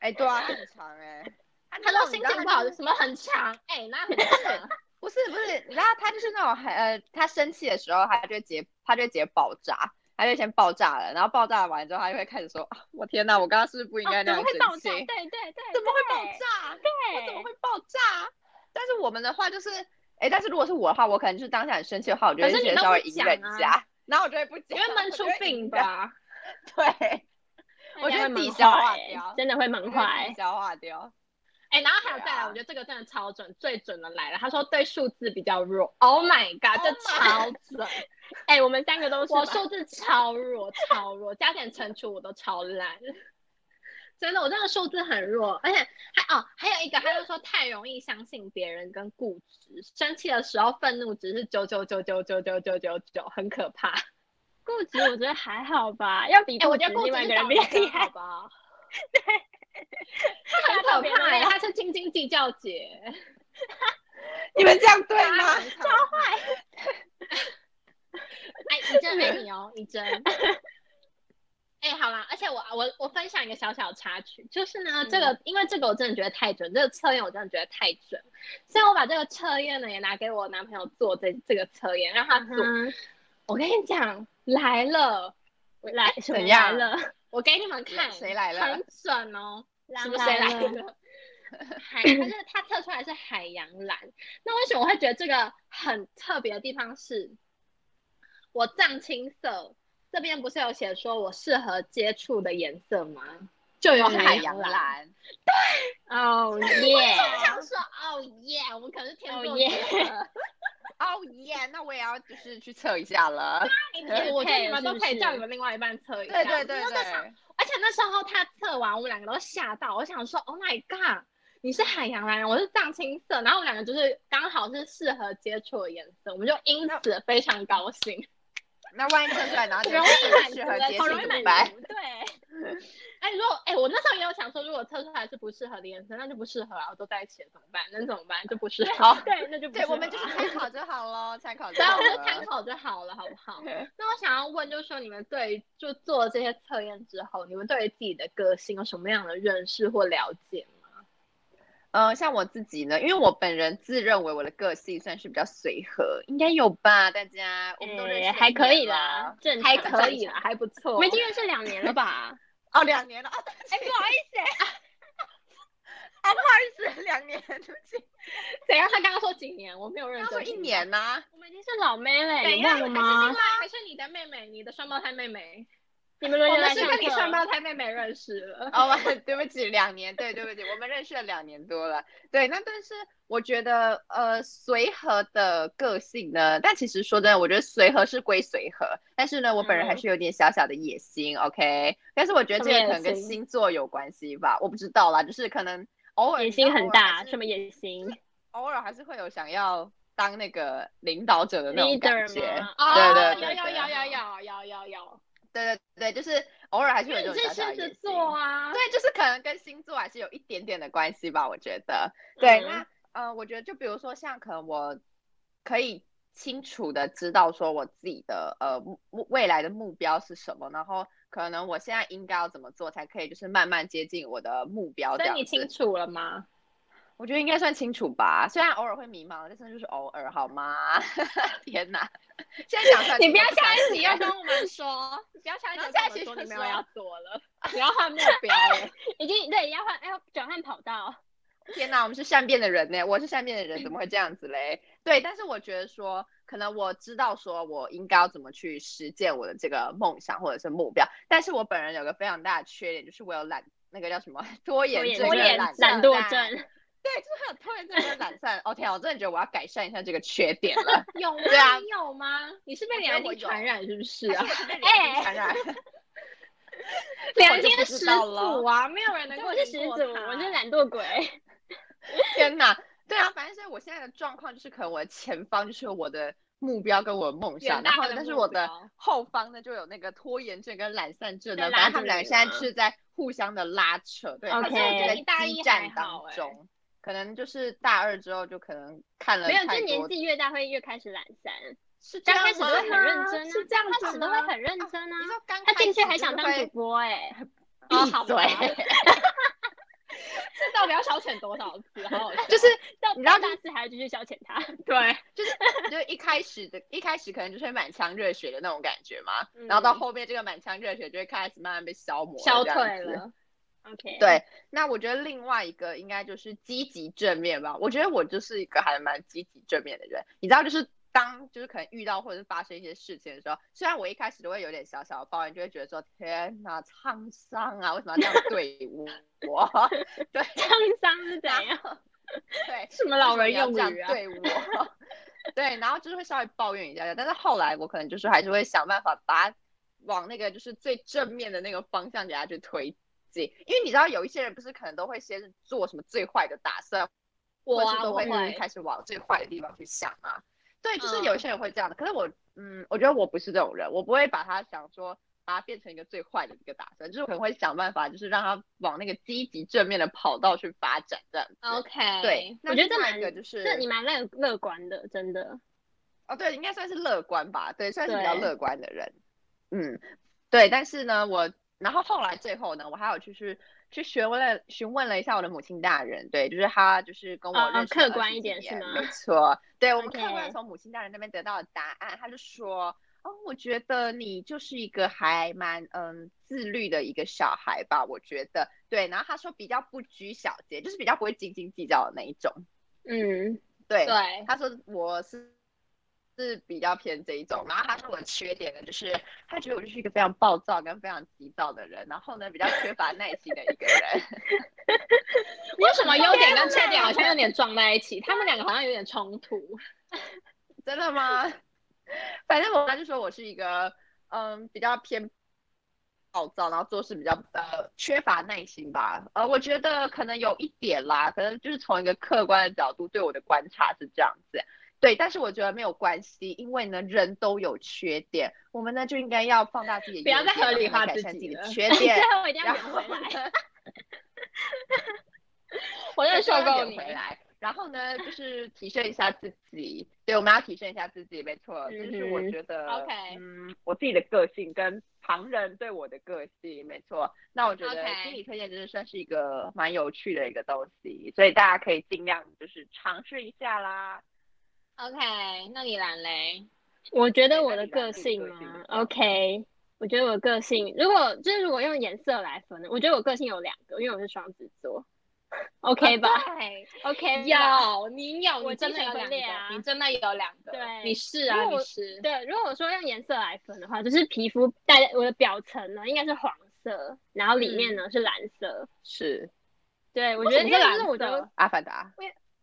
哎，对啊，很长哎。啊他那说种你心知道情他不好就就是什么很长，哎、那很长。 不是不是，你知道他就是那种很呃，他生气的时候，他就会直接他就会直接爆炸，他就先爆炸了，然后爆炸完之后，他就会开始说：“啊我天哪，我刚刚是不是不应哦该那怎么样会爆生气炸？？对对对，怎么会爆对？炸？我怎么对，会爆炸？”但是我们的话就是，哎，但是如果是我的话，我可能就是当下很生气的话，我就会可是你先都稍微不隐讲忍一啊下，然后我就会不你讲，会闷我出就会病隐忍？吧？ 对，大家我觉会得自己蛮消坏化欸掉真的会蛮我就会自己坏。消化掉。 哎、然后还有对再来，啊我觉得这个真的超准，最准的来了。他说对数字比较弱，Oh my god，这 Oh my- 超 准！哎，我们三个都是吧，我数字超弱，超弱，加减乘除我都超烂，真的，我这个数字很弱，而且还哦，还有一个，他就说太容易相信别人跟固执，生气的时候愤怒值是九九九九九九九九九，很可怕。固执，我觉得还好吧，要比哎、固我执觉得固另执外是一个倒人霉比较厉人，好 害。吧？他很特可别的怕、那欸，个他是斤斤计较姐，你们这样对他 吗？很可怕 哎，以真爱你哦，以真。哎、好啦，而且我我我分享一个小小插曲，就是呢，这嗯个、因为这个我真的觉得太准，这个测验我真的觉得太准，所以我把这个测验呢也拿给我男朋友做这这个测验，让他做。嗯我跟你讲，来了，哼来，哎什么怎来样了？ 我给你们看，谁来了很准哦，狼什么谁来来了了？海，它是它测出来是海洋蓝。那为什么我会觉得这个很特别的地方是，我藏青色这边不是有写说我适合接触的颜色吗？就啊有有哦海海洋洋蓝。蓝，哦耶！我想说，哦耶，我们可是天哦作之耶合。哦耶！那我也要就是去测一下了。哎 我觉得你们配了都可是以不叫是你们另外一半测一下。对对对我就在想对，而且那时候他测完，我们两个都吓到，我想说，Oh my god，你是海洋蓝人，我是藏青色，然后我们两个就是刚好是适合接触的颜色，我们就因此非常高兴，那万一测出来，然后就容易满不适合足，接好触容易怎么满办？足。对，哎，如果哎，我那时候也有想说，如果测出来是不适合的颜色，那就不适合啊，我都在一起了怎么办？能怎么办？就不适合。对，那就不对，我合们就是啊参考就好喽，参考就 所以好我们就了参考就好了，好不好？那我想要问，就是说你们对于就做这些测验之后，你们对于自己的个性有什么样的认识或了解吗？呃，像我自己呢，因为我本人自认为我的个性算是比较随和，应该有吧？大家我们都认识哎还一可年以啦了，，正还常可以啦，，还不错。我们已经认识两年了吧？哦，两年了啊，对不起哎，不好意思， 啊，不好意思，两年，对不起， 怎样？他刚刚说几年？我没有认他说真。一。年呐，我们已经是老妹了，怎你样？忘了还是吗另？外还是你的妹妹，你的双胞胎妹妹？你们轮我流们来是上跟你双课。胞胎妹妹认识了。 哦，对不起，两年，对，对不起，我们认识了两年多了。对，那但是我觉得，呃，随和的个性呢，但其实说真的，我觉得随和是归随和，但是呢，我本人还嗯是有点小小的野心、o k 但是我觉得这什个可么野能跟心星座有关系吧，我不知道啦，就是可能偶尔野心很大，什是么野心偶尔还是会有想要当那个领导者的那种感觉。 ？leader 吗？ 哦对对有对有对有有有有有有，对对对，就是偶尔还是因有为这你种是小小的狮野子心。座啊。对，就是可能跟星座还是有一点点的关系吧，我觉得。对，嗯那呃，我觉得就比如说像可能我可以清楚的知道说我自己的呃目目未来的目标是什么，然后可能我现在应该要怎么做才可以，就是慢慢接近我的目标这所以样你清子。楚了吗？我觉得应该算清楚吧，虽然偶尔会迷茫，但是就是偶尔好吗？ 天哪，现在想出来你不要自己都下开一心集要跟我们 说，你不要下一然集后下跟一集我们说你就没有说要做 了，你要换目标了。已经对，要换，哎呦，转换跑道。天哪，我们是善变的人呢，我是善变的人，怎么会这样子嘞？对，但是我觉得说，可能我知道说我应该要怎么去实践我的这个梦想或者是目标，但是我本人有个非常大的缺点，就是我有懒，那个叫什么拖延症、拖延懒懒惰惰症，，对，就是很拖延症跟懒散。哦天啊，我真的觉得我要改善一下这个缺点了。有吗？对啊你有吗？你是被我觉得梁我晶有传染是不 是啊？哎，传染，梁晶我就不是知始道了祖啊，没有人能对够我是始赢过祖，她我是懒 惰鬼。天哪，对啊，反正现在我现在的状况就是，可能我的前方就是我的目标跟我的梦想，远大然后的但是目我的标后方呢就有那个拖延症跟懒散症在呢，反拉正他们着两个你现在吗是在互相的拉扯，对，他们 OK 现在我觉在得你大激一还战好当欸中。可能就是大二之后，就可能看了没有，就太年多，纪越大会越开始懒散，是这刚样开始都吗会很认真啊，是这样子吗刚开始都会很认真你啊。说刚他开进去始还就想是当会主播哎，闭哦好吧嘴，这到底要消遣多少次？好好笑就是到你知道到就大四还要继续消遣他。对，就是一开始的，一开始可能就是会满腔热血的那种感觉嘛，嗯然后到后面这个满腔热血就会开始慢慢被消磨，消这样退子。了。嗯 OK，，对，那我觉得另外一个应该就是积极正面吧。我觉得我就是一个还蛮积极正面的人，你知道，就是当就是可能遇到或者是发生一些事情的时候，虽然我一开始都会有点小小的抱怨，就会觉得说天哪，沧桑啊，为什么要这样对我？我 对，沧桑是怎然样？后 对，什么为老什么人你要用这样语啊？对我， 对，然后就是会稍微抱怨一下下，但是后来我可能就是还是会想办法把它往那个就是最正面的那个方向给他去推进，因为你知道有一些人不是可能都会先做什么最坏的打算，我或是啊，都我会会。开始往最坏的地方去想啊。对，就是嗯有一些人会这样的，可是我，嗯，我觉得我不是这种人，我不会把它想说把它变成一个最坏的一个打算，就是我可能会想办法，就是让它往那个积极正面的跑道去发展这样子。啊 OK，对，那我觉得另这外蛮一个就是这你蛮乐乐观的，真的。哦，对，应该算是乐观吧，对，算是比较对乐观的人。嗯，对，但是呢，我然后后来最后呢，我还有就是去询问了询问了一下我的母亲大人，对，就是他就是跟我哦认识客了观十一几点是年吗没错，对我们客观 OK 地从母亲大人那边得到的答案，他就说。哦，我觉得你就是一个还蛮嗯自律的一个小孩吧，我觉得对。然后他说比较不拘小节，就是比较不会斤斤计较的那一种。嗯，对，对，他说我是是比较偏这一种，然后他说我的缺点呢，就是他觉得我就是一个非常暴躁跟非常急躁的人，然后呢比较缺乏耐心的一个人。 为什么优点跟缺点好像有点撞在一起？他们两个好像有点冲突。真的 吗？反正我妈就说我是一个嗯比较偏暴躁，然后做事比较呃缺乏耐心吧。呃，我觉得可能有一点啦，可能就是从一个客观的角度对我的观察是这样子。对，但是我觉得没有关系，因为呢，人都有缺点，我们呢就应该要放大自己的不要优再点合理然后化改自善自己己的了缺点 最，后我一定要然圆后回来。呢 我真的受够点你回了。来。然后呢，就是提升一下自己，对，我们要提升一下自己，没错，这是我嗯哼觉得 OK 嗯，我自己的个性跟旁人对我的个性，没错。那我觉得 OK 心理测验真的算是一个蛮有趣的一个东西，所以大家可以尽量就是尝试一下啦。 OK，那你懒嘞？我觉得对我那的你来个自己性个性吗的话？OK，我觉得我的个性，如果就是如果用颜色来分呢，我觉得我个性有两个，因为我是双子座。OK 吧对， ？OK 啊吧有你有，我你真精的神有分两裂啊个，你真的有两个，对你是啊，因为你我是。对，如果我说用颜色来分的话，就是皮肤大家我的表层呢应该是黄色，然后里面呢、是蓝色。是对，嗯我为觉什得么是因为就是蓝我觉得色阿凡 达，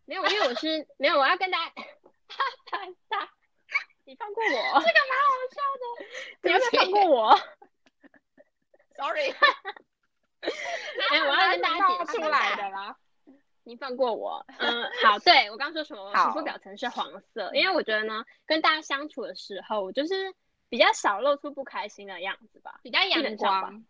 没有，因为我是没有，我要跟大家，你放过我，这个对你不要不起要放过我？ ，sorry，哎、我要跟大家解释出一来下的啦。你放过 我。嗯，好，对我刚说什么？我皮好肤表层是黄色，嗯因为我觉得呢，跟大家相处的时候，我就是比较少露出不开心的样子吧。比较基阳本上吧光，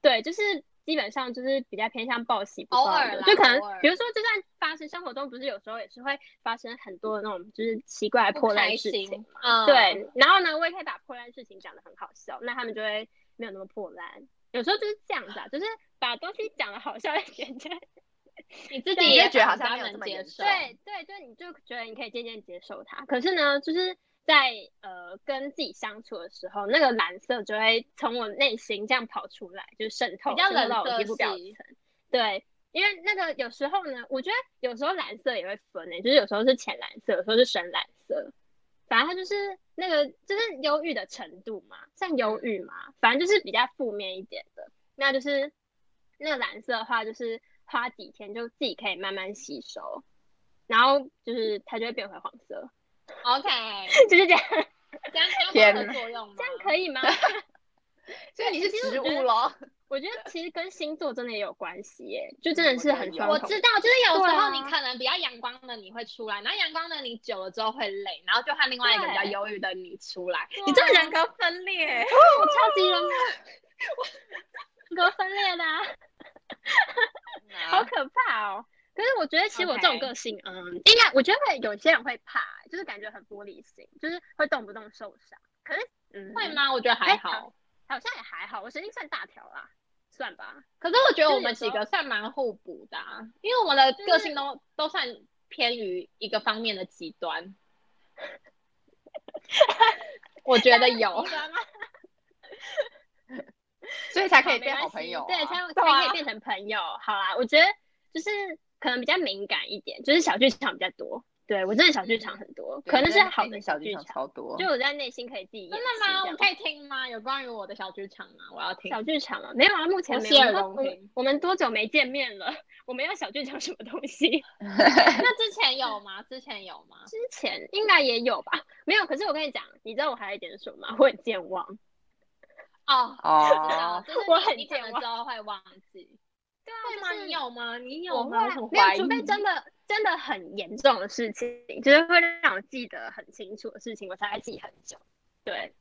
对，就是基本上就是比较偏向报喜不偶报尔忧啦就可能偶尔比如说，就算发生生活中，不是有时候也是会发生很多那种就是奇怪的不破开烂事心情。，嗯，对，然后呢，我也可以把破烂事情讲得很好笑，那他们就会没有那么破烂。有时候就是这样子啊，就是把东西讲得好笑 一点点。你自对己你也就觉得好比较像没有能这么接严受重对对，就你就觉得你可以渐渐接受它。可是呢，就是在呃跟自己相处的时候，那个蓝色就会从我内心这样跑出来，就是渗透比较渗透冷到我色皮肤表系层。对，因为那个有时候呢，我觉得有时候蓝色也会分诶、就是有时候是浅蓝色，有时候是深蓝色。反正它就是那个，就是忧郁的程度嘛，像忧郁嘛，反正就是比较负面一点的。那就是那个蓝色的话，就是花几天就自己可以慢慢吸收，然后就是它就会变回黄色， ，OK，就是这样，这样这天样它哪的作用吗？这样可以吗？ 所以你是其实我植觉得物咯。我觉得其实跟星座真的也有关系耶，就真的嗯是我觉得很有双我重知道，就是有时对候啊你可能比较阳光的你会出来，然后阳光的你久了之后会累，然后就换另外一个比较对忧郁的你出来对，啊你真的人格分裂。我超级人格，人格分裂的、啊， 好可怕哦。可是我觉得，其实我这种 OK 个性嗯，应该我觉得会有些人会怕，就是感觉很玻璃心，就是会动不动受伤。可是，嗯，会？吗？我觉得还哎好好，好像也还好，我神经算大条啦，算吧。可是我觉得我们就是几有时候个算蛮互补的啊，因为我们的就是个性都都算偏于一个方面的极端。我觉得有 极，端吗所以才可以好变没好关朋系友啊，对，才有对才可啊以变成朋友。好啦，我觉得就是可能比较敏感一点，就是小剧场比较多。对我真的小剧场很多，对可能真是的好变的成小剧剧场超多，就我在内心可以自己演真的戏吗？这我样们可以听吗？有关于我的小剧场吗？我要听。小剧场嘛，没有啊，目前我没洗有。耳我恭们听我们多久没见面了？ 我们要小剧场什么东西？那之前有吗？之前有吗？之前应该也有吧？没有。可是我跟你讲，你知道我还有一点什么吗？我很健忘。哦，知道，哦，就是我你很你可能健忘之后会忘记。对啊会吗？你？有吗？你我有会吗？啊我很没有怀，疑除非真的真的很严重的事情，就是会让我记得很清楚的事情，我才会记很久。对，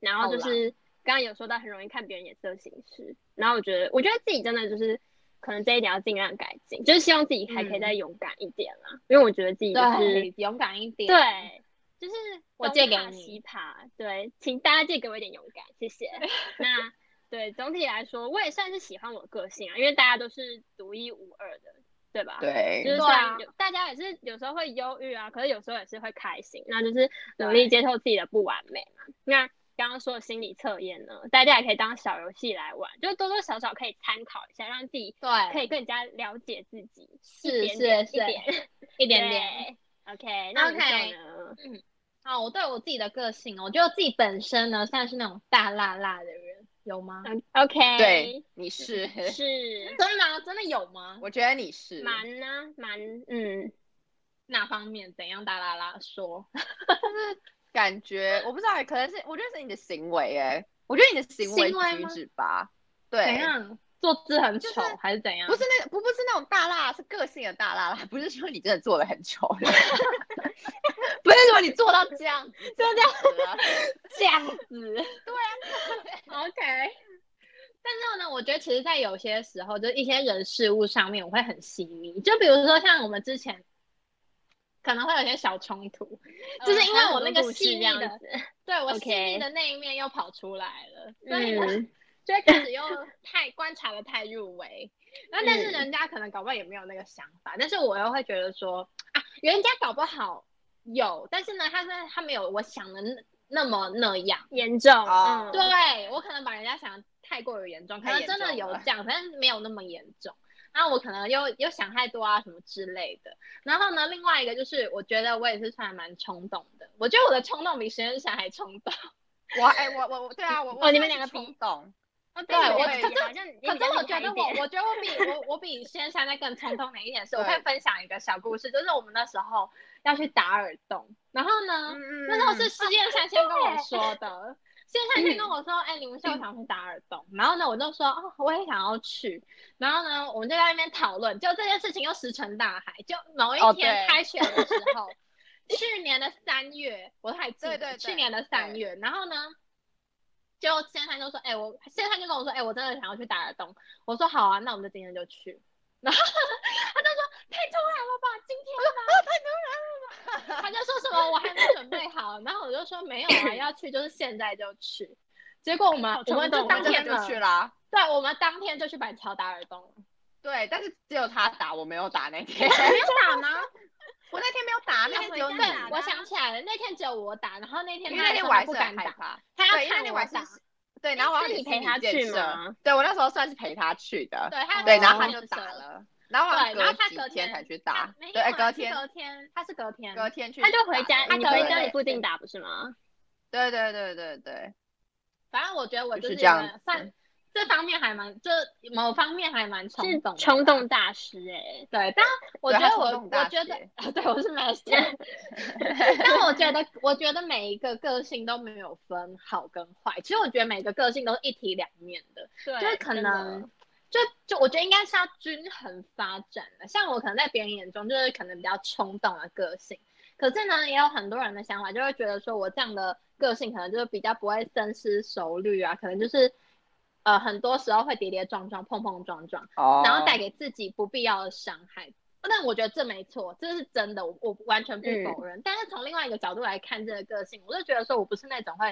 然后就好啦是刚刚有说到很容易看别人眼色行事，然后我觉得我觉得自己真的就是可能这一点要尽量改进，就是希望自己还可以再勇敢一点啦，因为我觉得自己就是嗯对，勇敢一点。对，就是我东借给怕你西怕，对，请大家借给我一点勇敢，谢谢。那对总体来说，我也算是喜欢我个性啊，因为大家都是独一无二的，对吧？。就对是对虽然啊有大家也是有时候会忧郁啊，可是有时候也是会开心，那就是努力接受自己的不完美嘛。那刚刚说的心理测验呢，大家也可以当小游戏来玩，就是多多少少可以参考一下，让自己对，可以更加了解自己，是一点点是一点 一一点点。。 OK，那你 OK 就呢？哦，我对我自己的个性哦，我觉得我自己本身呢，算是那种大辣辣的人，有吗？嗯，OK，对，，你是， 是真的吗？真的有吗？我觉得你是，蛮呢，蛮嗯，哪方面？怎样大辣辣说？感觉我不知道欸，可能是我觉得是你的行为哎，我觉得你的行为行为举吗止吧，怎对，样？坐姿很就是丑还是怎样？不是那不不是那种大辣，是个性的大辣啦，不是说你真的做的很丑， 不是说你做到这样子，就这样子 啊，这样子， OK，但是呢，我觉得其实，在有些时候，就是一些人事物上面，我会很细腻。就比如说，像我们之前可能会有一些小冲突，嗯就是呃因为我那个细这腻样的，子， 对我细 OK 腻的那一面又跑出来了， 所以呢，嗯，就会开始又太观察的太入微。那但是嗯人家可能搞不好也没有那个想法，但是我又会觉得说啊，人家搞不好有，但是呢，他是他没有我想的那那么那样。严重，哦嗯，对我可能把人家想得太过于严重，可太能严真的重有了这样，但是没有那么严重。然后我可能又又想太多啊什么之类的。然后呢，另外一个就是我觉得我也是算蛮冲动的，我觉得我的冲动比实验室还冲动。我哎、我我我对啊，我我哦你们算两是个冲动，哦，对但啊我你可是好像你比可较是我厉觉害得一我点，我觉得我 比我我比实验室在更冲动的一点是，我可以对分享一个小故事，就是我们那时候要去打耳洞，然后呢，嗯嗯，那时候是嗯施建山先跟我说 的，施建山先跟我说，哎、你们嗯下午想去打耳洞，然后呢，我就说，哦，我也想要去，然后呢，我们就在那边讨论，就这件事情又石沉大海，就某哦一天对开学的时候，去年的三月，我都还记得，对对对去年的三月，然后呢。就现在就说，哎、我现在就跟我说，哎、我真的想要去打耳洞。我说好啊，那我们就今天就去。 然后他就说太突然了吧，今天 他就说什么我还没准备好，然后我就说没有啊，要去就是现在就去。结果我哎们好我冲们动就哦当啊真的天就去了，啦，对，我们当天就去板桥打耳洞了。对，但是只有他打，我没有打那天，没有打吗？ 我那天没有打，那你天回只有家你，打对，的我想起来了，那天只有我打，然后那天因为那时天候我还他不是很敢害打，怕，他对，要看因为那天我晚打上，是，对，然后我是要你去陪心理他建去设吗？对我那时候算是陪他去的，对，他要对，看然后我他健就打身。了，然后好像对然后他几隔天天才去他打，没有对，哎啊隔是天隔天，他是隔天，隔天去，他就回家，打你隔回天家对里固定打不是吗？对对对对对，反正我觉得我就是是这样一个子算这方面还蛮，这某方面还蛮冲是动的，冲动大师哎，对，但我对觉他得冲我动我大觉得学啊，对 我是 master，但我觉得我觉得每一个个性都没有分好跟坏，其实我觉得每个个性都是一体两面的，对就是可真的能就就我觉得应该是要均衡发展的。像我可能在别人眼中就是可能比较冲动的个性，可是呢，也有很多人的想法就会觉得说我这样的个性可能就是比较不会深思熟虑啊，可能就是呃很多时候会跌跌撞撞、碰碰撞撞。哦然后带给自己不必要的伤害。但我觉得这没错，这是真的，我我完全不嗯否认。但是从另外一个角度来看这个个性，我就觉得说我不是那种会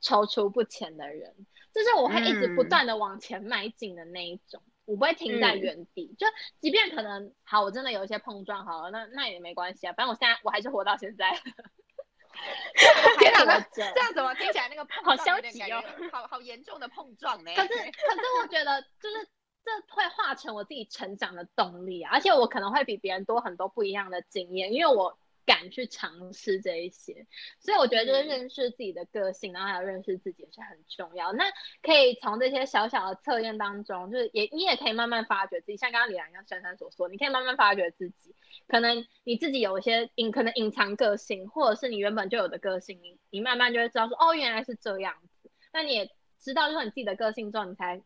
踌躇不前的人，就是我会一直嗯不断的往前迈进的那一种，我不会停在嗯原地。就即便可能好，我真的有一些碰撞，好了，那那也没关系啊，反正我现在我还是活到现在，天哪，还那活着。这样怎么听起来那个碰好撞消有点极感哦觉好好严重的碰撞呢？可是，可是我觉得就是这会化成我自己成长的动力啊，而且我可能会比别人多很多不一样的经验，因为我敢去尝试这一些，所以我觉得就是嗯认识自己的个性，然后还有认识自己是很重要。那可以从这些小小的测验当中，就是也你也可以慢慢发掘自己，像刚刚李兰跟珊珊所说，你可以慢慢发掘自己，可能你自己有一些隐可能隐藏个性，或者是你原本就有的个性，你你慢慢就会知道说哦原来是这样子，那你也知道就是你自己的个性之后，你才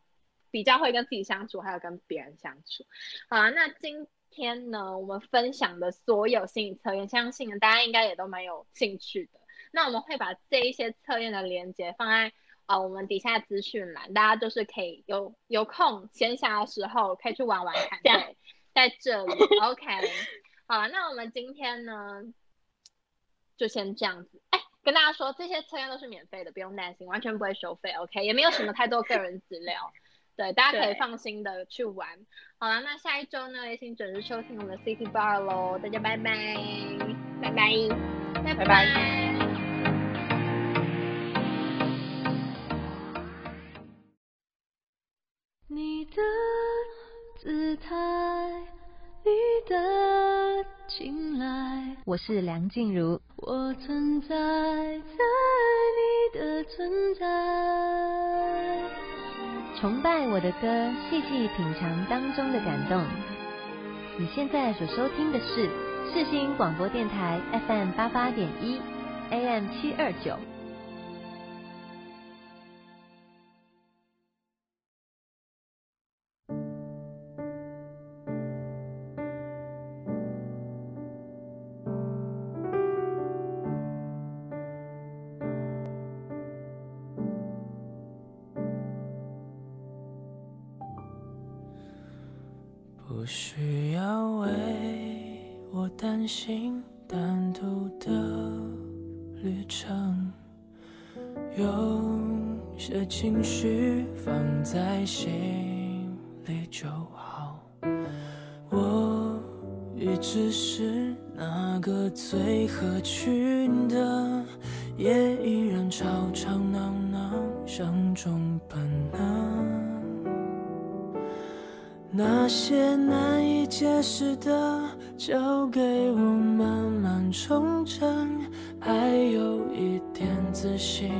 比较会跟自己相处，还有跟别人相处。好啊，那今天呢，我们分享的所有心理测验，相信大家应该也都蛮有兴趣的。那我们会把这一些测验的连接放在呃我们底下资讯栏，大家就是可以有有空闲暇的时候可以去玩玩看。这样对，在这里，OK。好 啊，那我们今天呢就先这样子。哎，跟大家说，这些测验都是免费的，不用担心，完全不会收费。OK，也没有什么太多个人资料，对，大家可以对放心的去玩。好了，那下一周呢，也请准时收听我们的 City Bar 喽，大家拜拜，拜拜。拜拜拜你的姿态，你的青睐，我是梁静茹。我存在在你的存在。崇拜我的歌，细细品尝当中的感动。你现在所收听的是世新广播电台 FM 八八点一，AM 七二九。不需要为我担心单独的旅程，有些情绪放在心里就好。我一直是那个最合群的，也依然吵吵闹闹，像种本能。那些难以解释的，交给我慢慢重整，还有一点自信，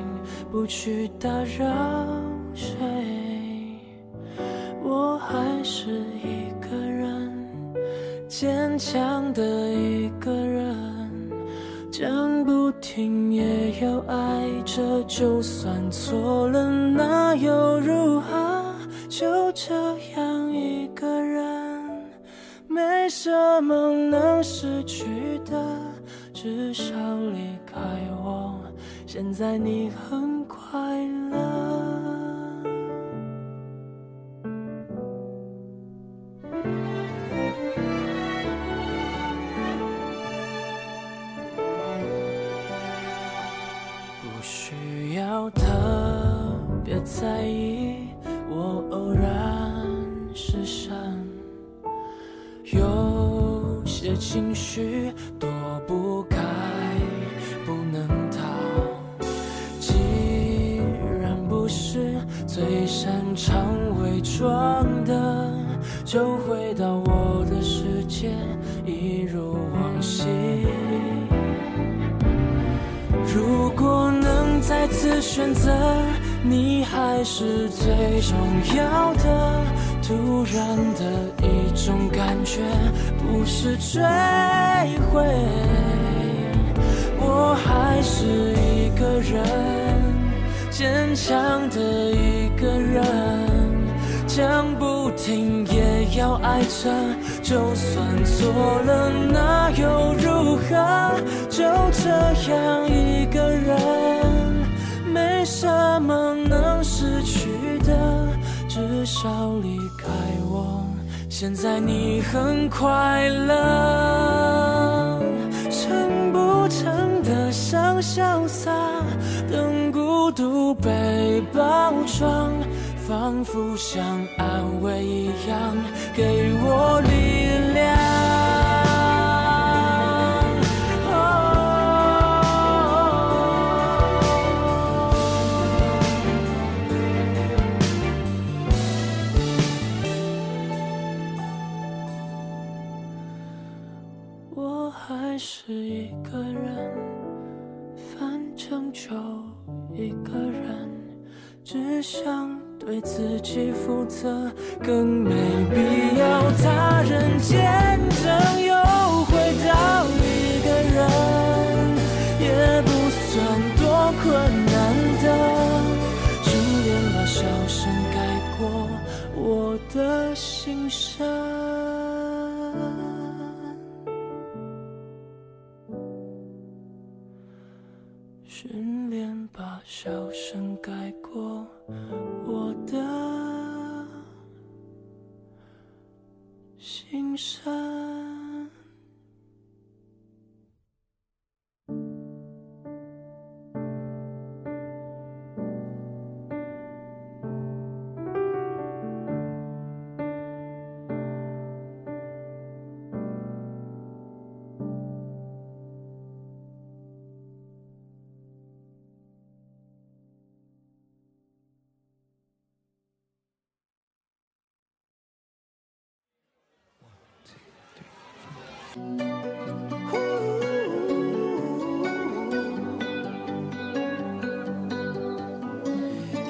不去打扰谁。我还是一个人，坚强的一个人，讲不停也要爱着，就算错了，那又如何？就这样一个人，没什么能失去的，至少离开我，现在你很快乐。不需要特别在意我偶然失声，有些情绪躲不开，不能逃。既然不是最擅长伪装的，就回到我的世界，一如往昔。如果能再次选择，你还是最重要的。突然的一种感觉，不是追悔，我还是一个人，坚强的一个人。讲不停也要爱着，就算错了那又如何？就这样一个人，没什么能失去的，至少离开我，现在你很快乐。成不成的想潇洒，等孤独被包装，仿佛像安慰一样，给我力量。Oh 哦我还是一个人，反正就一个人，只想对自己负责，更没必要他人见证。又回到一个人，也不算多困难的，就连把笑声盖过我的心声。训练把笑声盖过我的心声。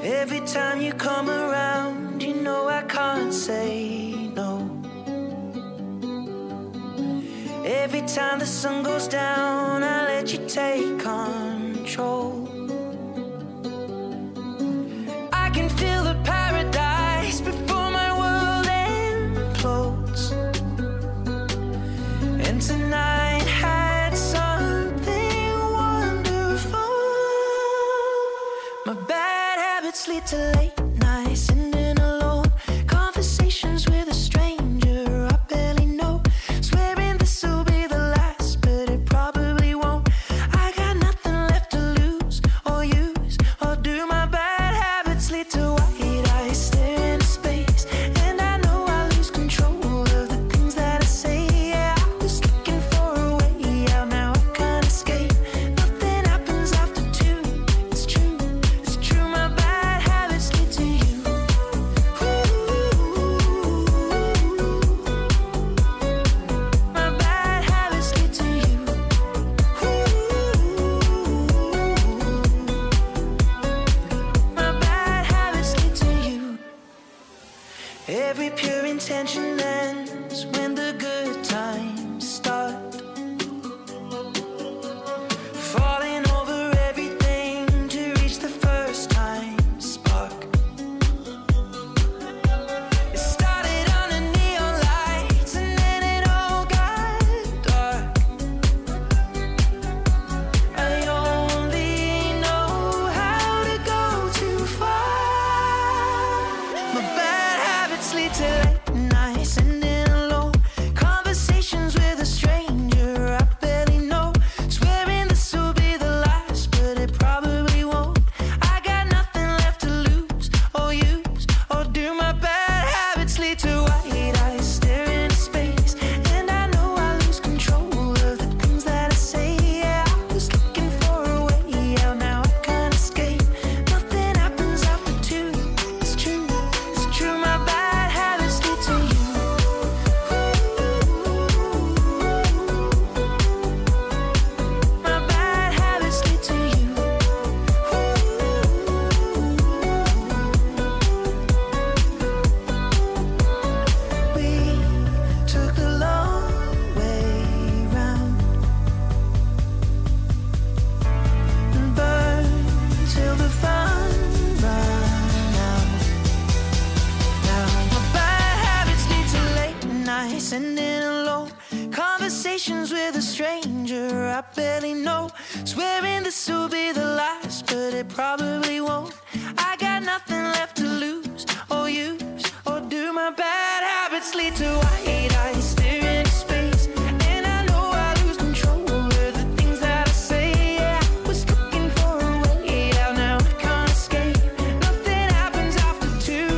Every time you come around, you know I can't say no. Every time the sun goes down, I let you take control. I can feel the paradise before my world implodes. And tonight had something wonderful. My bad habits lead to late nights, ending alone. Conversations with a stranger. I Every pure intention ends when the good times start. Falling over everything to reach the first time spark. It started on a neon lights and then it all got dark. I only know how to go too far. My bad habits lead to late nights and in alone conversations with a stranger I barely know. Swearing this will be the last, but it probably won't. I got nothing left to lose or use or do. My bad habits lead to white eyes staring into space, and I know I lose control of the things that I say. Yeah, I was looking for a way out, now I can't escape. Nothing happens after two. It's true, it's true. My bad habits lead to you. My bad habits lead to you. We took the long way round. And burn till the fun run out. Now my bad habits lead to late nights and in alone conversations with a stranger I barely know. Swearing this will be the last, but it probably won't. I got nothing left to lose or use or do. My bad habits lead to white eyes staring into space, and I know I lose control of the things that I say. Yeah, I was looking for a way out, now I can't escape. Nothing happens after two.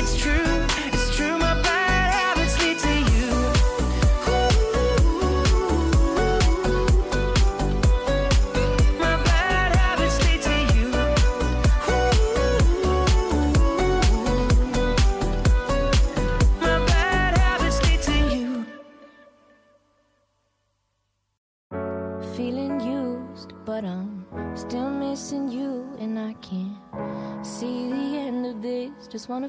It's true, it's true. My bad habits lead to you. My bad habits lead to you. My bad habits lead to you. Feeling used, but I'm still missing you, and I can't see the end of this. Just wanna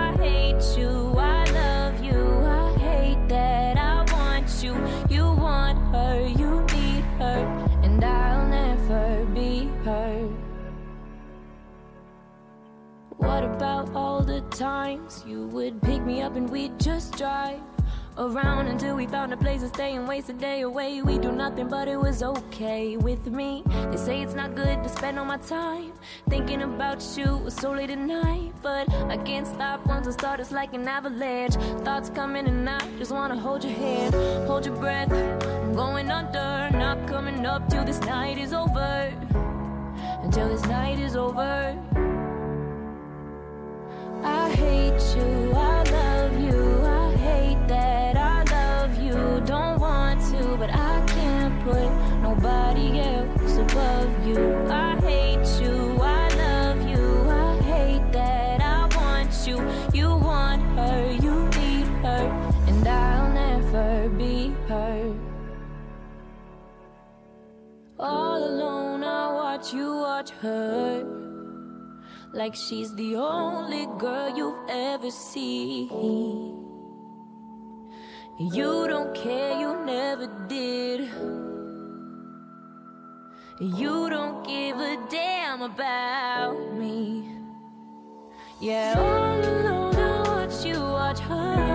I hate you, I love you, I hate that I want you. You want her, you need her, and I'll never be her. What about all the times you would pick me up and we'd just drive around until we found a place to stay and waste a day away? We do nothing, but it was okay with me. They say it's not good to spend all my time thinking about you so late at night, but I can't stop once I start. It's like an avalanche. Thoughts coming and I just wanna hold your hand, hold your breath. I'm going under, not coming up till this night is over. Until this night is over. I hate you, I love you, I hate that I love you. Don't want to, but I can't put nobody else above you. I hate you, I love you, I hate that I want you. You want her, you need her, and I'll never be her. All alone, I watch you watch her like she's the only girl you've ever seen. You don't care, you never did. You don't give a damn about me. Yeah, all alone, I watch you watch her.